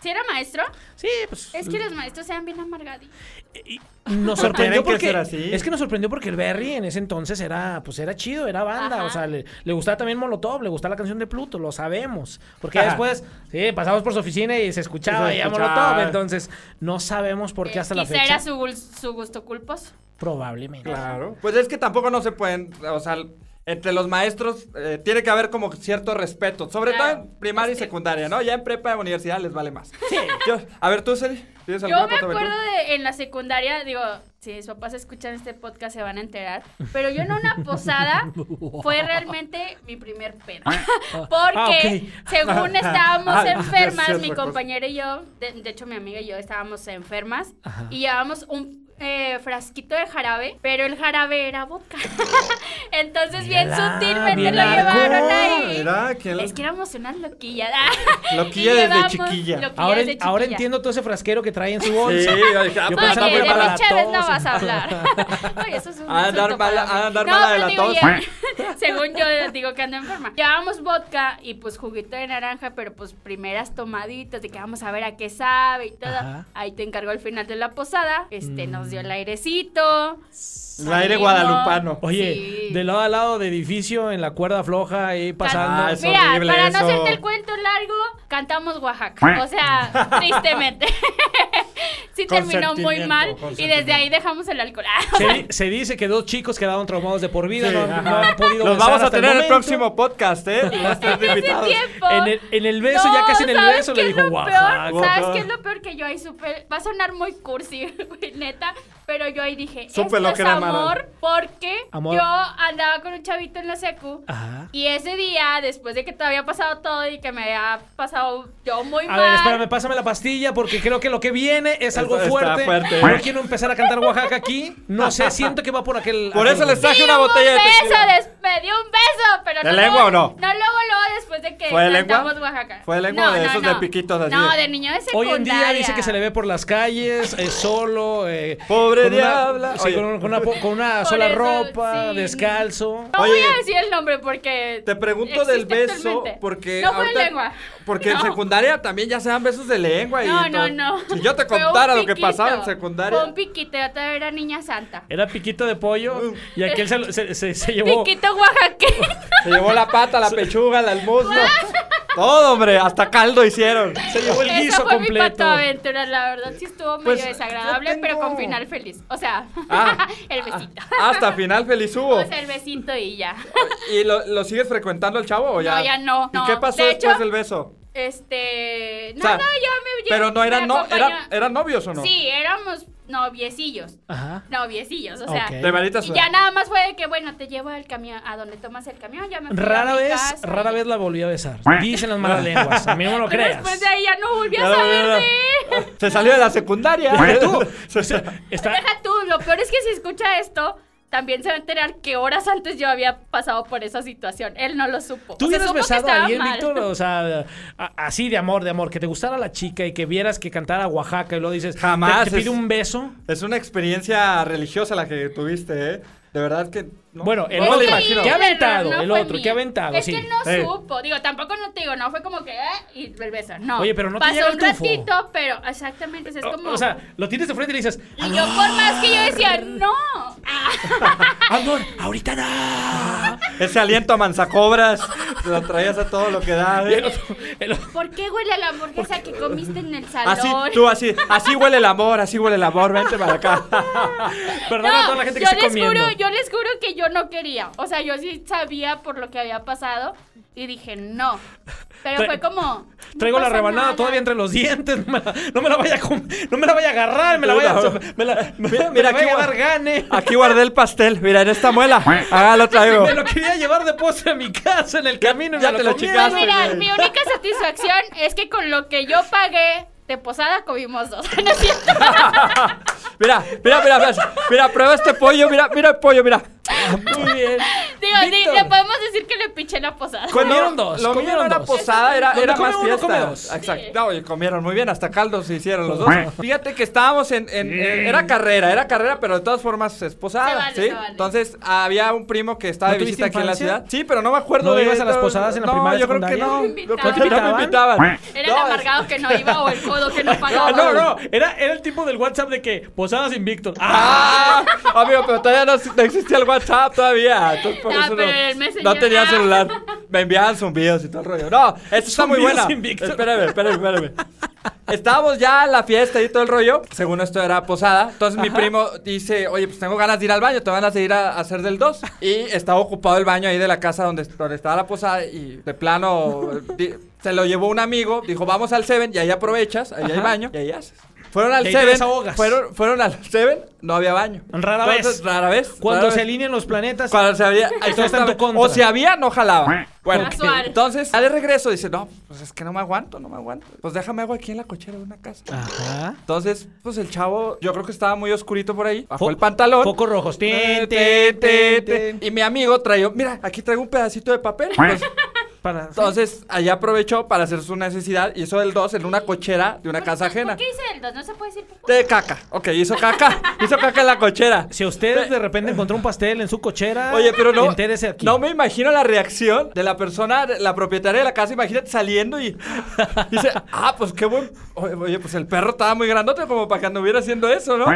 [SPEAKER 3] ¿Sí era maestro?
[SPEAKER 2] Sí, pues.
[SPEAKER 3] Es que los maestros eran bien amargaditos.
[SPEAKER 2] Y nos
[SPEAKER 4] Tienen
[SPEAKER 2] sorprendió
[SPEAKER 4] que
[SPEAKER 2] porque
[SPEAKER 4] ser así.
[SPEAKER 2] es que nos sorprendió porque el Berry en ese entonces era pues era chido era banda
[SPEAKER 3] Ajá.
[SPEAKER 2] o sea le, le gustaba también Molotov le gustaba la canción de Pluto lo sabemos porque
[SPEAKER 4] Ajá.
[SPEAKER 2] después sí pasamos por su oficina y se escuchaba
[SPEAKER 4] Se
[SPEAKER 2] ya
[SPEAKER 4] escuchaba.
[SPEAKER 2] Molotov entonces no sabemos por qué hasta la
[SPEAKER 3] Quizá
[SPEAKER 2] fecha
[SPEAKER 3] era su, gul- su gusto culposo.
[SPEAKER 2] probablemente
[SPEAKER 4] Claro. Pues es que tampoco no se pueden, o sea, entre los maestros eh, tiene que haber como cierto respeto, sobre
[SPEAKER 3] Claro.
[SPEAKER 4] todo en primaria y secundaria, ¿no? Ya en prepa, en universidad les vale más. Sí. a ver, tú, Celi, ¿tienes
[SPEAKER 3] Yo
[SPEAKER 4] alguna
[SPEAKER 3] me
[SPEAKER 4] foto de tú?
[SPEAKER 3] acuerdo de en la secundaria, digo, si mis papás escuchan este podcast se van a enterar, pero yo en una posada fue realmente mi primer pena. Porque
[SPEAKER 2] Ah, ok.
[SPEAKER 3] según estábamos
[SPEAKER 4] Ah,
[SPEAKER 3] enfermas,
[SPEAKER 4] cierto,
[SPEAKER 3] mi
[SPEAKER 4] cosa.
[SPEAKER 3] compañera y yo, de, de hecho mi amiga y yo estábamos enfermas y llevábamos un eh, frasquito de jarabe, pero el jarabe era vodka. Entonces
[SPEAKER 2] Mírala,
[SPEAKER 3] bien sutilmente lo
[SPEAKER 2] mírala.
[SPEAKER 3] llevaron ahí.
[SPEAKER 4] Mira, que
[SPEAKER 3] Es que éramos unas loquillas.
[SPEAKER 4] Loquilla
[SPEAKER 3] Y
[SPEAKER 4] desde
[SPEAKER 3] llevamos
[SPEAKER 4] chiquilla.
[SPEAKER 3] loquillas
[SPEAKER 2] Ahora,
[SPEAKER 3] de
[SPEAKER 2] en-
[SPEAKER 3] chiquilla.
[SPEAKER 2] ahora entiendo todo ese frasquero que trae en su
[SPEAKER 4] Sí,
[SPEAKER 2] bolsa.
[SPEAKER 4] yo dije, ah,
[SPEAKER 2] Yo
[SPEAKER 3] Oye,
[SPEAKER 4] pues
[SPEAKER 2] pensaba
[SPEAKER 4] está
[SPEAKER 2] que
[SPEAKER 3] de
[SPEAKER 2] era
[SPEAKER 4] preparada.
[SPEAKER 3] mis Chévez
[SPEAKER 2] tos.
[SPEAKER 3] no vas a hablar. Oye, eso es un
[SPEAKER 4] A andar
[SPEAKER 3] insulto
[SPEAKER 4] mala-
[SPEAKER 3] para mí.
[SPEAKER 4] a andar
[SPEAKER 3] No,
[SPEAKER 4] mala de
[SPEAKER 3] pero
[SPEAKER 4] la
[SPEAKER 3] digo,
[SPEAKER 4] tos.
[SPEAKER 3] ya- según yo digo que ando enferma. Llevábamos vodka y pues juguito de naranja, pero pues primeras tomaditas de que vamos a ver a qué sabe y todo.
[SPEAKER 2] Ajá.
[SPEAKER 3] Ahí te encargó el final de la posada. Este nos
[SPEAKER 4] Mm.
[SPEAKER 3] dio el airecito.
[SPEAKER 4] El aire
[SPEAKER 3] Salimos.
[SPEAKER 4] guadalupano.
[SPEAKER 2] Oye,
[SPEAKER 3] Sí.
[SPEAKER 2] de lado a lado de edificio, en la cuerda floja, ahí pasando.
[SPEAKER 4] Ah, es
[SPEAKER 3] Mira,
[SPEAKER 4] horrible
[SPEAKER 3] para
[SPEAKER 4] eso.
[SPEAKER 3] no hacerte el cuento largo, cantamos Oaxaca. O sea, tristemente. sí terminó muy
[SPEAKER 4] Consentimiento,
[SPEAKER 3] mal y desde
[SPEAKER 4] consentimiento.
[SPEAKER 3] ahí dejamos el alcohol.
[SPEAKER 2] Se, di- se dice que dos chicos quedaron traumados de por vida,
[SPEAKER 4] Sí,
[SPEAKER 2] no, han- no
[SPEAKER 4] ajá.
[SPEAKER 2] han podido
[SPEAKER 4] Los
[SPEAKER 2] besar
[SPEAKER 4] vamos a
[SPEAKER 2] hasta
[SPEAKER 4] tener en el,
[SPEAKER 2] momento.
[SPEAKER 4] próximo podcast, ¿eh? Los tres invitados.
[SPEAKER 3] tiempo.
[SPEAKER 2] En el, en el beso, ya casi en el
[SPEAKER 3] ¿sabes
[SPEAKER 2] beso,
[SPEAKER 3] qué
[SPEAKER 2] le
[SPEAKER 3] es
[SPEAKER 2] dijo,
[SPEAKER 3] lo
[SPEAKER 2] wow.
[SPEAKER 3] peor?
[SPEAKER 4] Guau.
[SPEAKER 3] ¿Sabes qué es lo peor? Que yo ahí supe, va a sonar muy cursi, güey, neta, pero yo ahí dije,
[SPEAKER 4] Supe
[SPEAKER 3] esto
[SPEAKER 4] lo
[SPEAKER 3] es
[SPEAKER 4] que era
[SPEAKER 3] amor,
[SPEAKER 4] amor.
[SPEAKER 3] porque
[SPEAKER 2] Amor.
[SPEAKER 3] yo andaba con un chavito en la secu.
[SPEAKER 2] Ajá.
[SPEAKER 3] Y ese día, después de que te había pasado todo y que me había pasado yo muy
[SPEAKER 2] A
[SPEAKER 3] mal.
[SPEAKER 2] ver, espérame, pásame la pastilla porque creo que lo que viene es algo
[SPEAKER 4] Está- está
[SPEAKER 2] fuerte.
[SPEAKER 4] fuerte.
[SPEAKER 2] No quiero empezar a cantar Oaxaca aquí. No sé, siento que va por aquel.
[SPEAKER 4] Por eso
[SPEAKER 2] aquel-
[SPEAKER 4] les traje
[SPEAKER 3] me
[SPEAKER 4] una
[SPEAKER 3] dio
[SPEAKER 4] botella de
[SPEAKER 3] un beso,
[SPEAKER 4] tequila.
[SPEAKER 3] des- me dio un beso, pero
[SPEAKER 4] ¿De
[SPEAKER 3] no
[SPEAKER 4] lengua
[SPEAKER 3] luego-
[SPEAKER 4] o no?
[SPEAKER 3] No luego, luego después de que
[SPEAKER 4] ¿Fue de lengua?
[SPEAKER 3] cantamos Oaxaca.
[SPEAKER 4] ¿Fue de lengua
[SPEAKER 3] No,
[SPEAKER 4] o de
[SPEAKER 3] no,
[SPEAKER 4] esos
[SPEAKER 3] no.
[SPEAKER 4] de piquitos así
[SPEAKER 3] No,
[SPEAKER 4] de-
[SPEAKER 3] de niño de
[SPEAKER 2] Hoy
[SPEAKER 3] secundaria.
[SPEAKER 2] en día dice que se le ve por las calles, eh, solo. eh,
[SPEAKER 4] Pobre
[SPEAKER 2] con una-
[SPEAKER 4] diabla.
[SPEAKER 2] sí,
[SPEAKER 4] Oye.
[SPEAKER 2] con, un- con una, po- con una
[SPEAKER 3] Por
[SPEAKER 2] sola
[SPEAKER 3] eso,
[SPEAKER 2] ropa,
[SPEAKER 3] sí.
[SPEAKER 2] descalzo.
[SPEAKER 3] No voy
[SPEAKER 4] Oye,
[SPEAKER 3] a decir el nombre porque.
[SPEAKER 4] Te pregunto del
[SPEAKER 3] existe
[SPEAKER 4] beso
[SPEAKER 3] actualmente.
[SPEAKER 4] porque
[SPEAKER 3] No fue
[SPEAKER 4] ahorita-
[SPEAKER 3] lengua.
[SPEAKER 4] Porque en
[SPEAKER 3] No.
[SPEAKER 4] secundaria también ya se dan besos de lengua y
[SPEAKER 3] No, no,
[SPEAKER 4] todo.
[SPEAKER 3] no.
[SPEAKER 4] Si yo te
[SPEAKER 3] Fue un
[SPEAKER 4] contara lo que
[SPEAKER 3] piquito.
[SPEAKER 4] pasaba en
[SPEAKER 3] Fue
[SPEAKER 4] secundaria.
[SPEAKER 3] un piquito, yo todavía era niña santa.
[SPEAKER 2] Era piquito de pollo y aquel se, lo- se- se- se llevó.
[SPEAKER 3] Piquito oaxaqueño.
[SPEAKER 4] Se llevó la pata, la pechuga, la- el muslo. Todo, hombre, hasta caldo hicieron.
[SPEAKER 2] Se llevó el
[SPEAKER 3] Esa
[SPEAKER 2] guiso
[SPEAKER 3] fue mi
[SPEAKER 2] completo.
[SPEAKER 3] patoaventura, la verdad sí estuvo medio
[SPEAKER 4] Pues,
[SPEAKER 3] desagradable,
[SPEAKER 4] yo tengo-
[SPEAKER 3] pero con final feliz. O sea,
[SPEAKER 4] Ah.
[SPEAKER 3] el besito.
[SPEAKER 4] Hasta final feliz hubo.
[SPEAKER 3] O sea, el besito y ya.
[SPEAKER 4] ¿Y lo, lo sigues frecuentando al chavo o ya?
[SPEAKER 3] No, ya no,
[SPEAKER 4] ¿Y
[SPEAKER 3] no.
[SPEAKER 4] qué pasó
[SPEAKER 3] De
[SPEAKER 4] después
[SPEAKER 3] hecho-
[SPEAKER 4] del beso?
[SPEAKER 3] Este.
[SPEAKER 4] O sea,
[SPEAKER 3] Nada, yo me. yo-
[SPEAKER 4] Pero no
[SPEAKER 3] me
[SPEAKER 4] eran no,
[SPEAKER 3] acompaña-
[SPEAKER 4] era, eran novios o no?
[SPEAKER 3] Sí, éramos noviecillos.
[SPEAKER 2] Ajá.
[SPEAKER 3] Noviecillos, o sea.
[SPEAKER 2] Ok.
[SPEAKER 4] De manitas.
[SPEAKER 3] Y ya nada más fue de que, bueno, te llevo al camión, a donde tomas el camión, ya me fui
[SPEAKER 2] Rara
[SPEAKER 3] a mi
[SPEAKER 2] vez,
[SPEAKER 3] casa.
[SPEAKER 2] rara vez la volví a besar. Dicen las malas lenguas. A mí no lo
[SPEAKER 3] Pero
[SPEAKER 2] creas.
[SPEAKER 3] después de ahí ya no volví a
[SPEAKER 4] Ya no,
[SPEAKER 3] saber
[SPEAKER 4] ya no.
[SPEAKER 3] de él.
[SPEAKER 4] Se salió de la secundaria.
[SPEAKER 2] tú.
[SPEAKER 4] Se- se-
[SPEAKER 2] Está-
[SPEAKER 3] Deja tú, lo peor es que si escucha esto, también se va a enterar que horas antes yo había pasado por esa situación. Él no lo supo.
[SPEAKER 2] ¿Tú
[SPEAKER 3] O sea,
[SPEAKER 2] hubieras
[SPEAKER 3] supo que
[SPEAKER 2] besado a
[SPEAKER 3] estaba
[SPEAKER 2] alguien,
[SPEAKER 3] mal.
[SPEAKER 2] Víctor? O sea, a- así de amor, de amor. Que te gustara la chica y que vieras que cantara Oaxaca y luego dices, te-
[SPEAKER 4] Jamás
[SPEAKER 2] ¿te,
[SPEAKER 4] es-
[SPEAKER 2] pide un beso?
[SPEAKER 4] Es una experiencia religiosa la que tuviste, ¿eh? De verdad que. no-
[SPEAKER 2] Bueno, el
[SPEAKER 4] no
[SPEAKER 2] otro,
[SPEAKER 4] le
[SPEAKER 3] Sí,
[SPEAKER 4] imagino.
[SPEAKER 2] ¿qué
[SPEAKER 3] la
[SPEAKER 2] ha aventado?
[SPEAKER 3] verdad, no
[SPEAKER 2] El
[SPEAKER 3] fue
[SPEAKER 2] otro,
[SPEAKER 3] mía.
[SPEAKER 2] ¿qué ha aventado?
[SPEAKER 3] Es
[SPEAKER 2] Sí. Eh.
[SPEAKER 3] que no
[SPEAKER 4] Sí.
[SPEAKER 3] supo. Digo, tampoco no te digo, no fue como que, eh, y el beso. No.
[SPEAKER 2] Oye, pero no te
[SPEAKER 3] Pasó
[SPEAKER 2] llega el
[SPEAKER 3] un
[SPEAKER 2] tufo.
[SPEAKER 3] ratito, pero exactamente. o sea, es como.
[SPEAKER 2] O, o sea, lo tienes de frente y le dices,
[SPEAKER 3] y yo, por más que yo decía, no. Ah,
[SPEAKER 2] amor, ahorita no.
[SPEAKER 4] Ese aliento a manzacobras. Lo traías a todo lo que da,
[SPEAKER 2] Y el
[SPEAKER 4] ¿eh?
[SPEAKER 2] otro- el otro-
[SPEAKER 3] ¿Por qué huele a la hamburguesa que comiste en el
[SPEAKER 2] Ah,
[SPEAKER 3] salón?
[SPEAKER 4] Así, tú así, así huele el amor, así huele el amor, vente para acá.
[SPEAKER 2] perdona a toda la gente que
[SPEAKER 3] yo
[SPEAKER 2] está
[SPEAKER 3] les
[SPEAKER 2] comiendo.
[SPEAKER 3] juro, yo les juro que yo no quería. O sea, yo sí sabía por lo que había pasado y dije no. Pero
[SPEAKER 2] Tra-
[SPEAKER 3] fue como. no
[SPEAKER 2] Traigo la
[SPEAKER 3] pasa
[SPEAKER 2] rebanada
[SPEAKER 3] nada. Pues
[SPEAKER 2] todavía entre los dientes. No me la, no me la vaya a com- no me la vaya a agarrar, me la vaya a.
[SPEAKER 4] No.
[SPEAKER 2] Me la, me-
[SPEAKER 4] Mira,
[SPEAKER 2] me
[SPEAKER 4] mira,
[SPEAKER 2] la vaya
[SPEAKER 4] aquí
[SPEAKER 2] a
[SPEAKER 4] va-
[SPEAKER 2] dar gane.
[SPEAKER 4] Aquí guardé el pastel, mira, en esta muela. Acá lo traigo.
[SPEAKER 2] Me lo quería llevar de postre a mi casa en el camino. y
[SPEAKER 4] ya
[SPEAKER 2] me
[SPEAKER 4] te
[SPEAKER 2] lo
[SPEAKER 4] lo
[SPEAKER 2] comieron.
[SPEAKER 3] Pues
[SPEAKER 4] chicaste.
[SPEAKER 3] mira,
[SPEAKER 4] güey.
[SPEAKER 3] mi única satisfacción es que con lo que yo pagué de posada comimos dos. No es cierto.
[SPEAKER 4] Mira, mira, mira, mira, mira, prueba este pollo, mira, mira el pollo, mira.
[SPEAKER 2] Muy bien.
[SPEAKER 3] Digo, sí,
[SPEAKER 2] Víctor.
[SPEAKER 3] le podemos decir que le piché la posada.
[SPEAKER 2] Comieron dos,
[SPEAKER 4] Lo mío
[SPEAKER 2] comieron
[SPEAKER 4] no era
[SPEAKER 2] dos.
[SPEAKER 4] posada, era,
[SPEAKER 2] Donde
[SPEAKER 4] era
[SPEAKER 2] come
[SPEAKER 4] más
[SPEAKER 2] uno,
[SPEAKER 4] fiesta.
[SPEAKER 2] come dos.
[SPEAKER 4] Exacto. No, y comieron muy bien, hasta caldo se hicieron los dos. Fíjate que estábamos en, en- en- era carrera, era carrera, pero de todas formas es posada,
[SPEAKER 3] Se vale,
[SPEAKER 4] ¿sí?
[SPEAKER 3] se vale.
[SPEAKER 4] Entonces había un primo que estaba
[SPEAKER 2] ¿No
[SPEAKER 4] de
[SPEAKER 2] tuviste
[SPEAKER 4] visita aquí en la
[SPEAKER 2] infancia?
[SPEAKER 4] ciudad. Sí, pero no me acuerdo
[SPEAKER 2] ¿No
[SPEAKER 4] de
[SPEAKER 2] ibas a las posadas en la primaria,
[SPEAKER 4] No, yo creo que
[SPEAKER 2] secundaria?
[SPEAKER 4] no.
[SPEAKER 3] No
[SPEAKER 4] Yo creo
[SPEAKER 3] invitaban.
[SPEAKER 4] que no me invitaban.
[SPEAKER 3] Era el
[SPEAKER 4] No, es-
[SPEAKER 3] amargado que no iba o el codo que no pagaba.
[SPEAKER 2] No, Ah, no, era, era el tipo del WhatsApp de que posadas invicto. ¡Ah!
[SPEAKER 4] Ah, amigo, pero todavía no, no existía el WhatsApp todavía. Entonces por
[SPEAKER 3] Ah,
[SPEAKER 4] eso
[SPEAKER 3] pero
[SPEAKER 4] no,
[SPEAKER 3] el Ah. Messenger.
[SPEAKER 4] no tenía celular. Me enviaban zumbidos y todo el rollo. No, esto está muy
[SPEAKER 2] Zumbidos
[SPEAKER 4] buena.
[SPEAKER 2] sin Víctor.
[SPEAKER 4] Espérame, espérame, espérame. Estábamos ya en la fiesta y todo el rollo. Según esto era posada. Entonces mi primo dice, oye, pues tengo ganas de ir al baño, te van a seguir a, a hacer del 2. Y estaba ocupado el baño ahí de la casa donde, donde estaba la posada y de plano di- se lo llevó un amigo. Dijo, vamos al Seven y ahí aprovechas, ahí hay baño y ahí haces. Fueron al
[SPEAKER 2] Y ahí te
[SPEAKER 4] 7.
[SPEAKER 2] desahogas.
[SPEAKER 4] Fueron, fueron al 7, no había baño.
[SPEAKER 2] Rara
[SPEAKER 4] Entonces,
[SPEAKER 2] vez.
[SPEAKER 4] Rara vez.
[SPEAKER 2] Cuando
[SPEAKER 4] rara
[SPEAKER 2] se
[SPEAKER 4] vez.
[SPEAKER 2] alinean los planetas.
[SPEAKER 4] Cuando se había.
[SPEAKER 2] está en tu
[SPEAKER 4] exactamente.
[SPEAKER 2] contra.
[SPEAKER 4] o si había, no jalaba. Bueno,
[SPEAKER 3] Casual.
[SPEAKER 4] entonces, al regreso dice: No, pues es que no me aguanto, no me aguanto. Pues déjame agua aquí en la cochera de una casa.
[SPEAKER 2] Ajá.
[SPEAKER 4] Entonces, pues el chavo, yo creo que estaba muy oscurito por ahí. Bajó
[SPEAKER 2] Fo-
[SPEAKER 4] el pantalón.
[SPEAKER 2] Focos rojos. Tin,
[SPEAKER 4] Eh,
[SPEAKER 2] tin,
[SPEAKER 4] tin,
[SPEAKER 2] tin,
[SPEAKER 4] tin. Y mi amigo trajo, mira, aquí traigo un pedacito de papel. Pues,
[SPEAKER 2] Para-
[SPEAKER 4] entonces, allá aprovechó para hacer su necesidad. Hizo el 2 en una cochera de una casa ajena.
[SPEAKER 3] ¿Por qué hice el 2? No se puede decir popó.
[SPEAKER 4] De caca. Ok, hizo caca. hizo caca en la cochera.
[SPEAKER 2] Si usted de repente encontró un pastel en su cochera,
[SPEAKER 4] Oye, pero no.
[SPEAKER 2] entérese aquí.
[SPEAKER 4] No me imagino la reacción de la persona, de la propietaria de la casa. Imagínate saliendo y dice, ah, pues qué buen. Oye, oye, pues el perro estaba muy grandote como para que anduviera haciendo eso, ¿no?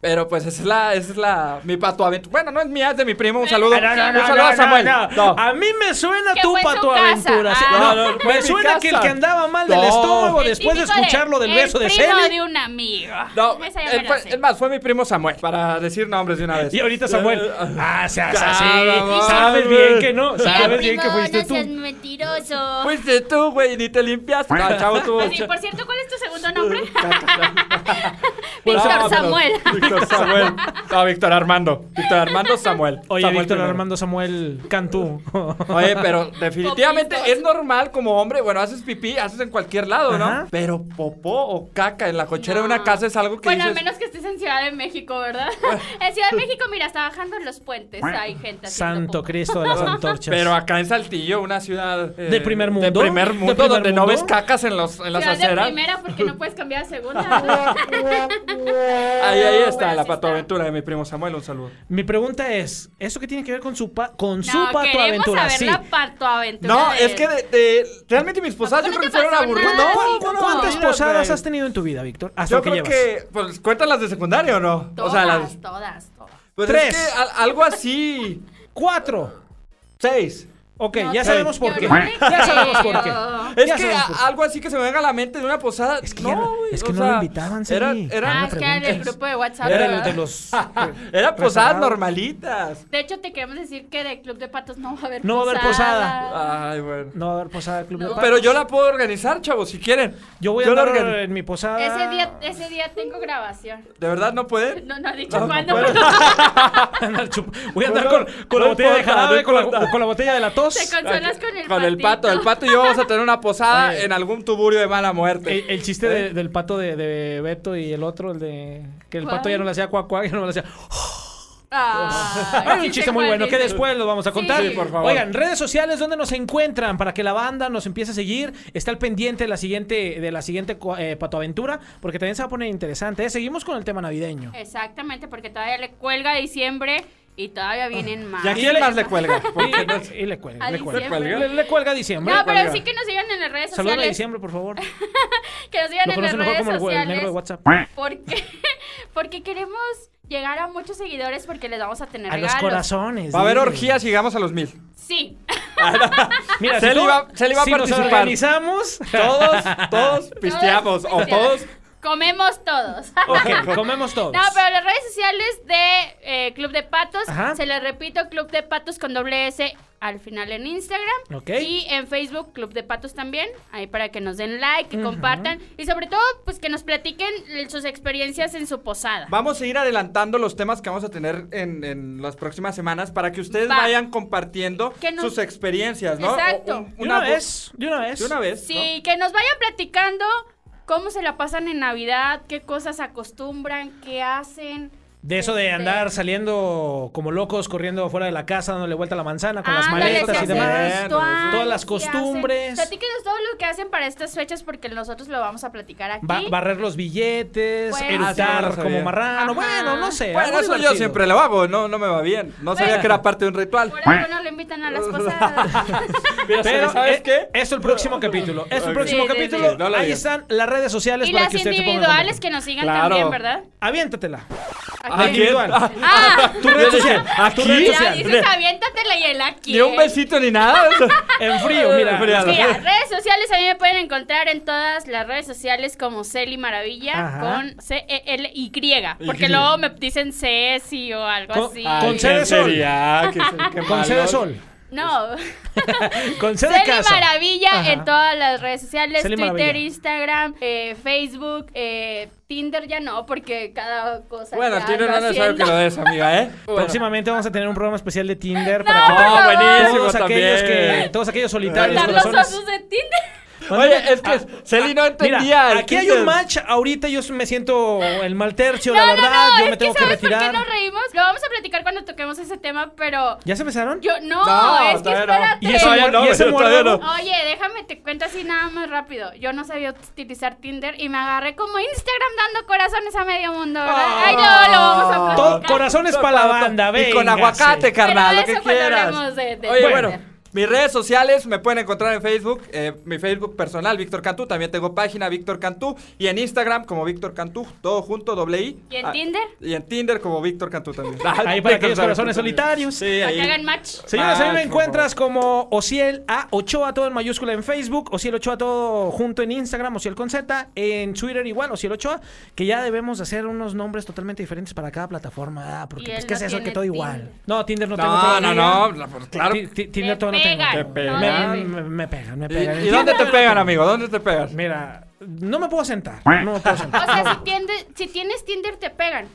[SPEAKER 4] Pero pues esa es la, esa es la, mi patuaventura. Bueno, no es mía, es de mi primo. Un saludo.
[SPEAKER 2] Ah, no, no, no,
[SPEAKER 4] un saludo
[SPEAKER 2] no,
[SPEAKER 4] a Samuel.
[SPEAKER 2] no, no. A mí me suena
[SPEAKER 3] Que
[SPEAKER 2] tu
[SPEAKER 3] fue en su
[SPEAKER 2] patuaventura.
[SPEAKER 3] casa.
[SPEAKER 2] sí.
[SPEAKER 3] Ah.
[SPEAKER 2] No,
[SPEAKER 4] No, no, fue
[SPEAKER 2] me
[SPEAKER 4] en mi
[SPEAKER 2] suena que el
[SPEAKER 4] casa.
[SPEAKER 2] que andaba mal del
[SPEAKER 4] No.
[SPEAKER 2] estómago
[SPEAKER 3] El
[SPEAKER 2] después de
[SPEAKER 3] típico
[SPEAKER 2] escucharlo del
[SPEAKER 3] el
[SPEAKER 2] beso de
[SPEAKER 3] primo
[SPEAKER 2] Celi.
[SPEAKER 3] de un amigo.
[SPEAKER 4] No,
[SPEAKER 3] Pues Esa ya
[SPEAKER 4] él
[SPEAKER 3] me la
[SPEAKER 4] fue-
[SPEAKER 3] sé.
[SPEAKER 4] es más, fue mi primo Samuel, para decir nombres de una vez.
[SPEAKER 2] Y ahorita Samuel. Ah, seas
[SPEAKER 4] Ya,
[SPEAKER 2] así.
[SPEAKER 4] vamos.
[SPEAKER 2] Sabes bien que no.
[SPEAKER 3] Mira,
[SPEAKER 2] Sabes bien que
[SPEAKER 3] Ah, primo,
[SPEAKER 2] fuiste
[SPEAKER 3] no seas
[SPEAKER 2] tú.
[SPEAKER 3] mentiroso.
[SPEAKER 4] Fuiste Pues tú, güey, ni te limpiaste. No, chavo, tú.
[SPEAKER 3] Pues sí, por cierto, ¿cuál es tu segundo nombre?
[SPEAKER 4] No,
[SPEAKER 3] Víctor
[SPEAKER 2] ah,
[SPEAKER 4] pero-
[SPEAKER 3] Samuel.
[SPEAKER 4] Víctor Samuel. No, Víctor Armando. Víctor Armando Samuel.
[SPEAKER 2] Oye,
[SPEAKER 4] Samuel
[SPEAKER 2] Víctor
[SPEAKER 4] primero.
[SPEAKER 2] Armando Samuel Cantú.
[SPEAKER 4] Oye, pero definitivamente
[SPEAKER 3] Popitos.
[SPEAKER 4] es normal como hombre, bueno, haces pipí, haces en cualquier lado, ¿no?
[SPEAKER 2] Ajá.
[SPEAKER 4] Pero popó o caca en la cochera de
[SPEAKER 3] No.
[SPEAKER 4] una casa es algo que
[SPEAKER 3] Bueno, al
[SPEAKER 4] dices...
[SPEAKER 3] menos que estés en Ciudad de México, ¿verdad? en Ciudad de México, mira, está bajando los puentes. Hay gente. haciendo
[SPEAKER 2] Santo
[SPEAKER 3] popó.
[SPEAKER 2] Cristo de las antorchas.
[SPEAKER 4] Pero acá en Saltillo, una ciudad... eh,
[SPEAKER 2] ¿De primer mundo?
[SPEAKER 4] De primer mundo,
[SPEAKER 2] ¿De primer
[SPEAKER 4] donde no
[SPEAKER 2] mundo?
[SPEAKER 4] ves cacas en, los, en las
[SPEAKER 3] Ciudad
[SPEAKER 2] ah?
[SPEAKER 3] de
[SPEAKER 4] aceras.
[SPEAKER 3] primera porque no puedes cambiar a segunda.
[SPEAKER 4] Ahí, ahí
[SPEAKER 3] Bueno,
[SPEAKER 4] está la
[SPEAKER 3] sí está.
[SPEAKER 4] patoaventura de mi primo Samuel, un saludo.
[SPEAKER 2] Mi pregunta es, ¿eso qué tiene que ver con su pa- con su
[SPEAKER 3] no, queremos
[SPEAKER 2] patoaventura?
[SPEAKER 3] saber
[SPEAKER 2] Sí.
[SPEAKER 3] la patoaventura.
[SPEAKER 4] No,
[SPEAKER 3] de-
[SPEAKER 4] es que de- de- realmente mis posadas yo
[SPEAKER 3] no
[SPEAKER 4] creo que
[SPEAKER 3] te
[SPEAKER 4] fueron
[SPEAKER 3] pasó
[SPEAKER 4] aburridas.
[SPEAKER 3] nada?
[SPEAKER 2] ¿Cu-
[SPEAKER 3] Sí,
[SPEAKER 2] cu-
[SPEAKER 3] no.
[SPEAKER 2] ¿Cuántas
[SPEAKER 4] aburridas,
[SPEAKER 2] posadas
[SPEAKER 4] güey.
[SPEAKER 2] has tenido en tu vida, Víctor? Hasta
[SPEAKER 4] Yo
[SPEAKER 2] lo que
[SPEAKER 4] creo
[SPEAKER 2] llevas.
[SPEAKER 4] que, pues, cuentan las de secundario o no?
[SPEAKER 3] Todas,
[SPEAKER 4] o sea, las.
[SPEAKER 3] todas, todas.
[SPEAKER 4] Pues
[SPEAKER 2] Tres.
[SPEAKER 4] es que al- algo así.
[SPEAKER 2] Cuatro.
[SPEAKER 4] Seis.
[SPEAKER 2] Ok,
[SPEAKER 3] No
[SPEAKER 2] ya
[SPEAKER 3] sé,
[SPEAKER 2] sabemos por
[SPEAKER 3] yo
[SPEAKER 2] qué.
[SPEAKER 3] no le
[SPEAKER 2] Ya sabemos por
[SPEAKER 3] creo.
[SPEAKER 2] qué.
[SPEAKER 4] Es
[SPEAKER 2] Ya
[SPEAKER 4] que
[SPEAKER 2] sabemos
[SPEAKER 4] a-
[SPEAKER 2] por qué.
[SPEAKER 4] algo así que se me venga a la mente de una posada.
[SPEAKER 2] Es que ya
[SPEAKER 4] no,
[SPEAKER 2] no-
[SPEAKER 4] güey,
[SPEAKER 2] es que
[SPEAKER 4] o
[SPEAKER 2] no lo
[SPEAKER 4] sea,
[SPEAKER 2] invitaban,
[SPEAKER 4] Era,
[SPEAKER 2] Celi.
[SPEAKER 4] era,
[SPEAKER 3] Ah,
[SPEAKER 2] Buena
[SPEAKER 3] es que era del
[SPEAKER 2] pregunta.
[SPEAKER 3] grupo de WhatsApp.
[SPEAKER 2] Era
[SPEAKER 3] ¿verdad?
[SPEAKER 2] de los...
[SPEAKER 4] era posadas
[SPEAKER 2] Reservado.
[SPEAKER 4] normalitas.
[SPEAKER 3] De hecho, te queremos decir que de Club de Patos no va a haber
[SPEAKER 2] No va a haber posada.
[SPEAKER 4] Ay, bueno.
[SPEAKER 2] No va a haber posada del Club de
[SPEAKER 4] Pero
[SPEAKER 2] Patos.
[SPEAKER 4] yo la puedo organizar, chavos, si quieren.
[SPEAKER 2] Yo voy a
[SPEAKER 4] yo la
[SPEAKER 2] andar
[SPEAKER 4] organi-
[SPEAKER 2] en mi posada.
[SPEAKER 3] Ese día, ese día tengo grabación.
[SPEAKER 4] ¿De verdad no pueden?
[SPEAKER 3] No, no has dicho
[SPEAKER 4] No, no
[SPEAKER 3] cuándo.
[SPEAKER 4] puedo.
[SPEAKER 2] Andar chup- voy a andar
[SPEAKER 4] Bueno,
[SPEAKER 2] con, con la
[SPEAKER 4] no
[SPEAKER 2] botella de
[SPEAKER 4] importa,
[SPEAKER 2] jarabe,
[SPEAKER 4] no
[SPEAKER 2] con, la,
[SPEAKER 4] importa.
[SPEAKER 2] con la botella de la tos.
[SPEAKER 3] Te consuelas con el
[SPEAKER 4] Con el pato. El pato y yo vamos a tener una posada en algún tuburio de mala muerte.
[SPEAKER 2] El, el chiste
[SPEAKER 4] Eh.
[SPEAKER 2] de- del pato de, de Beto y el otro, el de... Que el pato
[SPEAKER 3] ¿Cuál?
[SPEAKER 2] ya no le hacía cuac cuac, ya no le hacía...
[SPEAKER 3] Ah,
[SPEAKER 2] Hay un
[SPEAKER 3] chiste
[SPEAKER 2] chiste muy bueno que
[SPEAKER 3] cualquiera.
[SPEAKER 2] después lo vamos a contar.
[SPEAKER 3] Sí, por
[SPEAKER 4] favor.
[SPEAKER 2] Oigan, redes sociales donde nos encuentran para que la banda nos empiece a seguir. Está al pendiente de la siguiente, de la siguiente cua- eh, patoaventura, porque también se va a poner interesante. ¿eh? Seguimos con el tema navideño.
[SPEAKER 3] Eh, Exactamente, porque todavía le cuelga diciembre y todavía vienen más.
[SPEAKER 4] ¿Y a quién más le cuelga? Porque no-
[SPEAKER 2] Y, y le cuelga,
[SPEAKER 3] eh, A
[SPEAKER 2] le cuelga.
[SPEAKER 3] diciembre.
[SPEAKER 2] Le, le cuelga diciembre.
[SPEAKER 3] No, pero
[SPEAKER 4] cuelga.
[SPEAKER 3] sí que nos sigan en las redes
[SPEAKER 2] Saludos a
[SPEAKER 3] sociales.
[SPEAKER 2] diciembre, por favor.
[SPEAKER 3] Que nos sigan
[SPEAKER 2] Lo
[SPEAKER 3] en las
[SPEAKER 2] conocen mejor
[SPEAKER 3] redes
[SPEAKER 2] como el, güey, el negro de
[SPEAKER 3] sociales.
[SPEAKER 2] WhatsApp.
[SPEAKER 3] Porque, porque queremos llegar a muchos seguidores porque les vamos a tener
[SPEAKER 2] A los
[SPEAKER 3] regalos.
[SPEAKER 2] corazones.
[SPEAKER 4] Va a haber
[SPEAKER 2] dile.
[SPEAKER 4] orgías y llegamos a los mil.
[SPEAKER 3] Sí.
[SPEAKER 2] Mira,
[SPEAKER 4] Se
[SPEAKER 2] si
[SPEAKER 4] le
[SPEAKER 2] tú-
[SPEAKER 4] va- se le va a
[SPEAKER 2] si nos
[SPEAKER 4] participar.
[SPEAKER 2] organizamos.
[SPEAKER 4] Todos, todos pisteamos. O todos.
[SPEAKER 3] Comemos todos.
[SPEAKER 2] Ok, comemos todos.
[SPEAKER 3] No, pero las redes sociales de eh, Club de Patos,
[SPEAKER 2] Ajá.
[SPEAKER 3] se les repito, Club de Patos con doble S al final en Instagram.
[SPEAKER 2] Ok.
[SPEAKER 3] Y en Facebook, Club de Patos también, ahí para que nos den like, que compartan y sobre todo, pues que nos platiquen eh, sus experiencias en su posada.
[SPEAKER 4] Vamos a ir adelantando los temas que vamos a tener en, en las próximas semanas para que ustedes
[SPEAKER 3] Va.
[SPEAKER 4] vayan compartiendo
[SPEAKER 3] Que nos-
[SPEAKER 4] sus experiencias, ¿no?
[SPEAKER 3] Exacto.
[SPEAKER 4] O un-
[SPEAKER 2] De una
[SPEAKER 4] vo-
[SPEAKER 2] vez, de una vez.
[SPEAKER 4] De una vez.
[SPEAKER 3] Sí, que nos vayan platicando cómo se la pasan en Navidad, qué cosas acostumbran, qué hacen.
[SPEAKER 2] De eso de
[SPEAKER 3] Este-
[SPEAKER 2] andar saliendo como locos, corriendo fuera de la casa, dándole vuelta a la manzana Ah, con las
[SPEAKER 3] Ándale,
[SPEAKER 2] maletas
[SPEAKER 3] ¿qué
[SPEAKER 2] y
[SPEAKER 3] hacen
[SPEAKER 2] demás.
[SPEAKER 3] virtuales?
[SPEAKER 2] Todas las
[SPEAKER 3] ¿Qué
[SPEAKER 2] costumbres.
[SPEAKER 3] hacen? Platíquenos todo lo que hacen para estas fechas porque nosotros lo vamos a platicar aquí.
[SPEAKER 2] Ba- barrer los billetes,
[SPEAKER 3] Pues-
[SPEAKER 2] eructar
[SPEAKER 4] Ah, sí, no lo
[SPEAKER 2] como
[SPEAKER 4] sabía.
[SPEAKER 2] marrano.
[SPEAKER 3] Ajá.
[SPEAKER 2] Bueno, no sé.
[SPEAKER 4] ¿no? Bueno,
[SPEAKER 2] algo
[SPEAKER 4] eso yo
[SPEAKER 2] divertido.
[SPEAKER 4] siempre lo hago, no, no me va bien. No sabía que era parte de un ritual.
[SPEAKER 3] Por algo no lo invitan a las cosas.
[SPEAKER 4] Pero,
[SPEAKER 2] Pero,
[SPEAKER 4] ¿sabes
[SPEAKER 2] eh,
[SPEAKER 4] qué?
[SPEAKER 2] Es el próximo capítulo. Es el
[SPEAKER 4] Ok.
[SPEAKER 2] próximo
[SPEAKER 3] Sí, sí,
[SPEAKER 2] capítulo.
[SPEAKER 4] sí. No la
[SPEAKER 2] Ahí
[SPEAKER 4] digas.
[SPEAKER 2] están las redes sociales
[SPEAKER 3] y
[SPEAKER 2] para
[SPEAKER 3] las
[SPEAKER 2] que ustedes se pongan en
[SPEAKER 3] individuales
[SPEAKER 2] contacto.
[SPEAKER 3] que nos sigan
[SPEAKER 4] Claro.
[SPEAKER 3] también, ¿verdad?
[SPEAKER 2] Aviéntatela.
[SPEAKER 3] Aquí.
[SPEAKER 4] ¿A quién?
[SPEAKER 2] Individual.
[SPEAKER 4] Ah,
[SPEAKER 3] Ah,
[SPEAKER 2] Tu red social.
[SPEAKER 4] Aquí.
[SPEAKER 2] Tu red
[SPEAKER 3] mira,
[SPEAKER 2] social.
[SPEAKER 3] dices aviéntatela y él aquí.
[SPEAKER 4] Ni un besito ni nada.
[SPEAKER 2] En frío, mira.
[SPEAKER 4] Enfriado.
[SPEAKER 3] Mira, redes sociales a mí me pueden encontrar en todas las redes sociales como Celi Maravilla
[SPEAKER 2] Ajá.
[SPEAKER 3] con C-E-L-Y. Porque luego me dicen Ceci o algo
[SPEAKER 2] Con-
[SPEAKER 3] así.
[SPEAKER 2] con
[SPEAKER 4] Ay,
[SPEAKER 2] C E de
[SPEAKER 4] ¿qué
[SPEAKER 2] sol.
[SPEAKER 4] sería? ¿Qué se- qué
[SPEAKER 2] Con C de
[SPEAKER 4] malos?
[SPEAKER 2] sol.
[SPEAKER 3] No,
[SPEAKER 2] Con C de
[SPEAKER 3] Celi
[SPEAKER 2] casa.
[SPEAKER 3] Maravilla
[SPEAKER 2] Ajá.
[SPEAKER 3] en todas las redes sociales,
[SPEAKER 2] Celi
[SPEAKER 3] Twitter,
[SPEAKER 2] Maravilla.
[SPEAKER 3] Instagram, eh, Facebook, eh, Tinder ya no, porque cada cosa.
[SPEAKER 4] Bueno,
[SPEAKER 3] ya
[SPEAKER 4] tiene
[SPEAKER 3] lo
[SPEAKER 4] no necesario que
[SPEAKER 3] haciendo.
[SPEAKER 4] lo des, amiga, ¿eh? Bueno.
[SPEAKER 2] Próximamente vamos a tener un programa especial de Tinder para que
[SPEAKER 4] No, buenísimo
[SPEAKER 2] todos
[SPEAKER 4] también.
[SPEAKER 2] aquellos que todos aquellos solitarios
[SPEAKER 3] Mandar los
[SPEAKER 2] corazones.
[SPEAKER 3] osos de Tinder.
[SPEAKER 4] Oye, es que
[SPEAKER 2] Ah,
[SPEAKER 4] Celi no
[SPEAKER 2] Mira,
[SPEAKER 4] entendía. el
[SPEAKER 2] aquí hay
[SPEAKER 4] Tinder.
[SPEAKER 2] un match. Ahorita yo me siento el mal tercio,
[SPEAKER 3] No,
[SPEAKER 2] la
[SPEAKER 3] no,
[SPEAKER 2] verdad.
[SPEAKER 3] no,
[SPEAKER 2] yo me
[SPEAKER 3] es
[SPEAKER 2] tengo
[SPEAKER 3] que
[SPEAKER 2] que
[SPEAKER 3] ¿sabes por
[SPEAKER 2] retirar.
[SPEAKER 3] qué nos reímos? Lo vamos a platicar cuando toquemos ese tema, pero
[SPEAKER 2] ¿Ya se empezaron?
[SPEAKER 3] yo no,
[SPEAKER 4] No,
[SPEAKER 3] es que
[SPEAKER 4] todavía no.
[SPEAKER 3] espérate.
[SPEAKER 2] ¿Y eso,
[SPEAKER 4] Todavía
[SPEAKER 2] mu-
[SPEAKER 4] no,
[SPEAKER 2] y ese
[SPEAKER 4] yo todavía
[SPEAKER 2] muerto?
[SPEAKER 4] no.
[SPEAKER 3] Oye, déjame te cuento así nada más rápido. Yo no sabía utilizar Tinder y me agarré como Instagram dando corazones a medio mundo, ¿verdad? Ay, no, lo vamos a
[SPEAKER 2] Ah. Todo-
[SPEAKER 3] platicar.
[SPEAKER 2] corazones para la banda,
[SPEAKER 4] Y con
[SPEAKER 2] véngase.
[SPEAKER 4] aguacate, carnal,
[SPEAKER 3] Pero
[SPEAKER 4] lo que
[SPEAKER 3] eso cuando
[SPEAKER 4] quieras.
[SPEAKER 3] hablemos de- de-
[SPEAKER 4] Oye,
[SPEAKER 3] de-
[SPEAKER 4] bueno.
[SPEAKER 3] de-
[SPEAKER 4] Mis redes sociales me pueden encontrar en Facebook, eh, mi Facebook personal, Víctor Cantú. También tengo página, Víctor Cantú. Y en Instagram, como Víctor Cantú, todo junto, doble I.
[SPEAKER 3] ¿Y en
[SPEAKER 4] Ah,
[SPEAKER 3] Tinder?
[SPEAKER 4] Y en Tinder, como Víctor Cantú también. Ah,
[SPEAKER 2] Ahí para aquellos corazones solitarios.
[SPEAKER 4] Sí,
[SPEAKER 3] Para que
[SPEAKER 4] ahí.
[SPEAKER 3] hagan match.
[SPEAKER 2] Señoras, ahí
[SPEAKER 4] Match,
[SPEAKER 2] me
[SPEAKER 4] por
[SPEAKER 2] encuentras como Ociel A Ochoa, todo en mayúscula en Facebook, Ociel Ochoa todo junto en Instagram, Ociel con Z, en Twitter igual, Ociel Ochoa, que ya debemos hacer unos nombres totalmente diferentes para cada plataforma, ah,
[SPEAKER 3] Y
[SPEAKER 2] porque
[SPEAKER 3] él
[SPEAKER 2] pues, ¿qué
[SPEAKER 3] no
[SPEAKER 2] es eso que
[SPEAKER 3] tiene
[SPEAKER 2] todo
[SPEAKER 3] Tinder.
[SPEAKER 2] igual? No, Tinder no, tengo
[SPEAKER 4] No, no,
[SPEAKER 2] todavía.
[SPEAKER 4] no, la- pues, claro.
[SPEAKER 2] Ti- ti- Tinder
[SPEAKER 3] Te
[SPEAKER 2] todavía no tengo.
[SPEAKER 3] pegan.
[SPEAKER 2] Me,
[SPEAKER 4] Te
[SPEAKER 3] No,
[SPEAKER 4] pegan.
[SPEAKER 2] me- me pegan, me
[SPEAKER 4] ¿Y,
[SPEAKER 2] pegan. En
[SPEAKER 4] y dónde
[SPEAKER 2] Tinder
[SPEAKER 4] te
[SPEAKER 2] no
[SPEAKER 4] pegan,
[SPEAKER 2] tengo.
[SPEAKER 4] amigo? ¿Dónde te pegan?
[SPEAKER 2] Mira, no me puedo sentar. No me puedo
[SPEAKER 3] O
[SPEAKER 2] sentar.
[SPEAKER 3] sea, si, tiende- si tienes Tinder te pegan.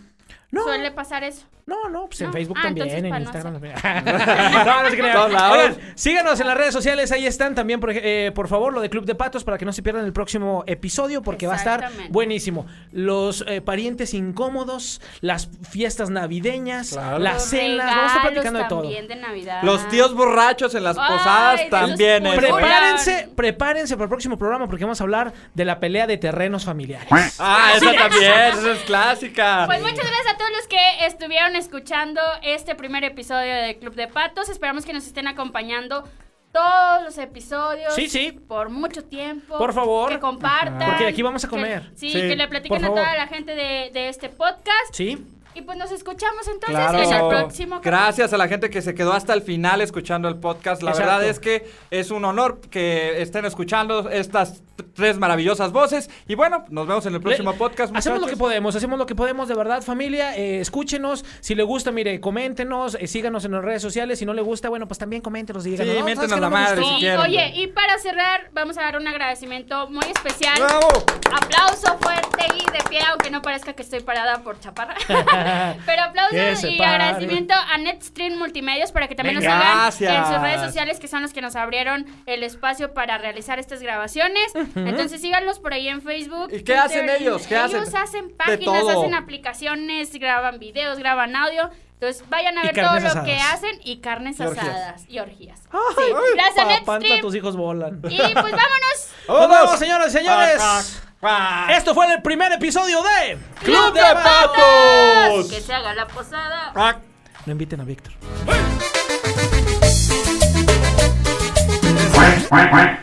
[SPEAKER 2] No,
[SPEAKER 3] Suele pasar eso.
[SPEAKER 2] no, no, pues en
[SPEAKER 3] No.
[SPEAKER 2] Facebook
[SPEAKER 3] Ah,
[SPEAKER 2] también,
[SPEAKER 3] entonces,
[SPEAKER 2] en
[SPEAKER 3] para no
[SPEAKER 2] Instagram
[SPEAKER 3] hacer-
[SPEAKER 2] también. Ah, no, no se crean.
[SPEAKER 4] Todos lados.
[SPEAKER 2] Oigan, síganos en las redes sociales, ahí están también, por, ej- eh, por favor, lo de Club de Patos para que no se pierdan el próximo episodio porque va a estar
[SPEAKER 3] Exactamente.
[SPEAKER 2] buenísimo. Los eh, parientes incómodos, las fiestas navideñas,
[SPEAKER 4] Claro.
[SPEAKER 2] las cenas, vamos a estar platicando de todo.
[SPEAKER 3] también de Navidad.
[SPEAKER 4] Los tíos borrachos en las
[SPEAKER 3] Ay,
[SPEAKER 4] posadas
[SPEAKER 3] de esos
[SPEAKER 4] también.
[SPEAKER 3] puros.
[SPEAKER 4] eso, ¿eh?
[SPEAKER 3] Prepara-
[SPEAKER 2] Prepárense, prepárense para el próximo programa porque vamos a hablar de la pelea de terrenos familiares.
[SPEAKER 4] Ah, esa también, esa es clásica.
[SPEAKER 3] Pues muchas gracias a todos los que estuvieron escuchando este primer episodio de Club de Patos. Esperamos que nos estén acompañando todos los episodios.
[SPEAKER 2] Sí, sí.
[SPEAKER 3] Por mucho tiempo.
[SPEAKER 2] Por favor.
[SPEAKER 3] Que compartan.
[SPEAKER 2] Porque de aquí vamos a comer.
[SPEAKER 3] Que- sí,
[SPEAKER 4] Sí,
[SPEAKER 3] que le
[SPEAKER 2] por
[SPEAKER 3] platiquen a
[SPEAKER 2] favor.
[SPEAKER 3] toda la gente de, de este podcast.
[SPEAKER 2] ¿Sí?
[SPEAKER 3] Y pues nos escuchamos entonces
[SPEAKER 4] Claro.
[SPEAKER 3] en el próximo
[SPEAKER 4] Gracias a la gente que se quedó hasta el final escuchando el podcast. La
[SPEAKER 2] Exacto.
[SPEAKER 4] verdad es que es un honor que estén escuchando estas t- tres maravillosas voces. Y bueno, nos vemos en el próximo
[SPEAKER 2] Le-
[SPEAKER 4] podcast.
[SPEAKER 2] Hacemos lo que
[SPEAKER 4] muchachos.
[SPEAKER 2] podemos, hacemos lo que podemos de verdad, familia. eh, escúchenos. Si le gusta, mire, coméntenos, eh, síganos en las redes sociales. Si no le gusta, bueno, pues también coméntenos y díganos. "No,
[SPEAKER 4] Sí,
[SPEAKER 2] ¿sabes
[SPEAKER 4] miéntenos
[SPEAKER 2] qué? No
[SPEAKER 4] la
[SPEAKER 2] me
[SPEAKER 4] madre".
[SPEAKER 2] gustó".
[SPEAKER 3] Y,
[SPEAKER 4] Quiero.
[SPEAKER 3] oye, y para cerrar, vamos a dar un agradecimiento muy especial.
[SPEAKER 4] ¡Bravo!
[SPEAKER 3] Aplauso fuerte y de pie, aunque no parezca que estoy parada por chaparra. Pero
[SPEAKER 2] Que se
[SPEAKER 3] aplauso y
[SPEAKER 2] pare.
[SPEAKER 3] agradecimiento a NetStream Multimedios para que también
[SPEAKER 4] Venga.
[SPEAKER 3] nos hagan en
[SPEAKER 4] Gracias.
[SPEAKER 3] sus redes sociales, que son los que nos abrieron el espacio para realizar estas grabaciones. Entonces síganlos por ahí en Facebook.
[SPEAKER 4] ¿Y qué hacen ellos? ¿Qué hacen?
[SPEAKER 3] Ellos hacen
[SPEAKER 4] De
[SPEAKER 3] páginas,
[SPEAKER 4] todo.
[SPEAKER 3] hacen aplicaciones, graban videos, graban audio. Entonces vayan a
[SPEAKER 2] Y
[SPEAKER 3] ver todo
[SPEAKER 2] carnes
[SPEAKER 3] lo que
[SPEAKER 2] asadas.
[SPEAKER 3] hacen y carnes
[SPEAKER 4] Y orgías.
[SPEAKER 3] asadas y orgías.
[SPEAKER 2] Ay,
[SPEAKER 3] Gracias,
[SPEAKER 2] papanta,
[SPEAKER 3] Netstream.
[SPEAKER 2] tus hijos volan.
[SPEAKER 3] Y pues vámonos.
[SPEAKER 2] Nos vemos, señoras y señores.
[SPEAKER 4] Ah, ah,
[SPEAKER 2] Esto fue el primer episodio de
[SPEAKER 4] ¡Club de Patos!
[SPEAKER 3] Que se haga la posada.
[SPEAKER 4] ah.
[SPEAKER 2] No inviten a Víctor.
[SPEAKER 7] quack, quack, quack.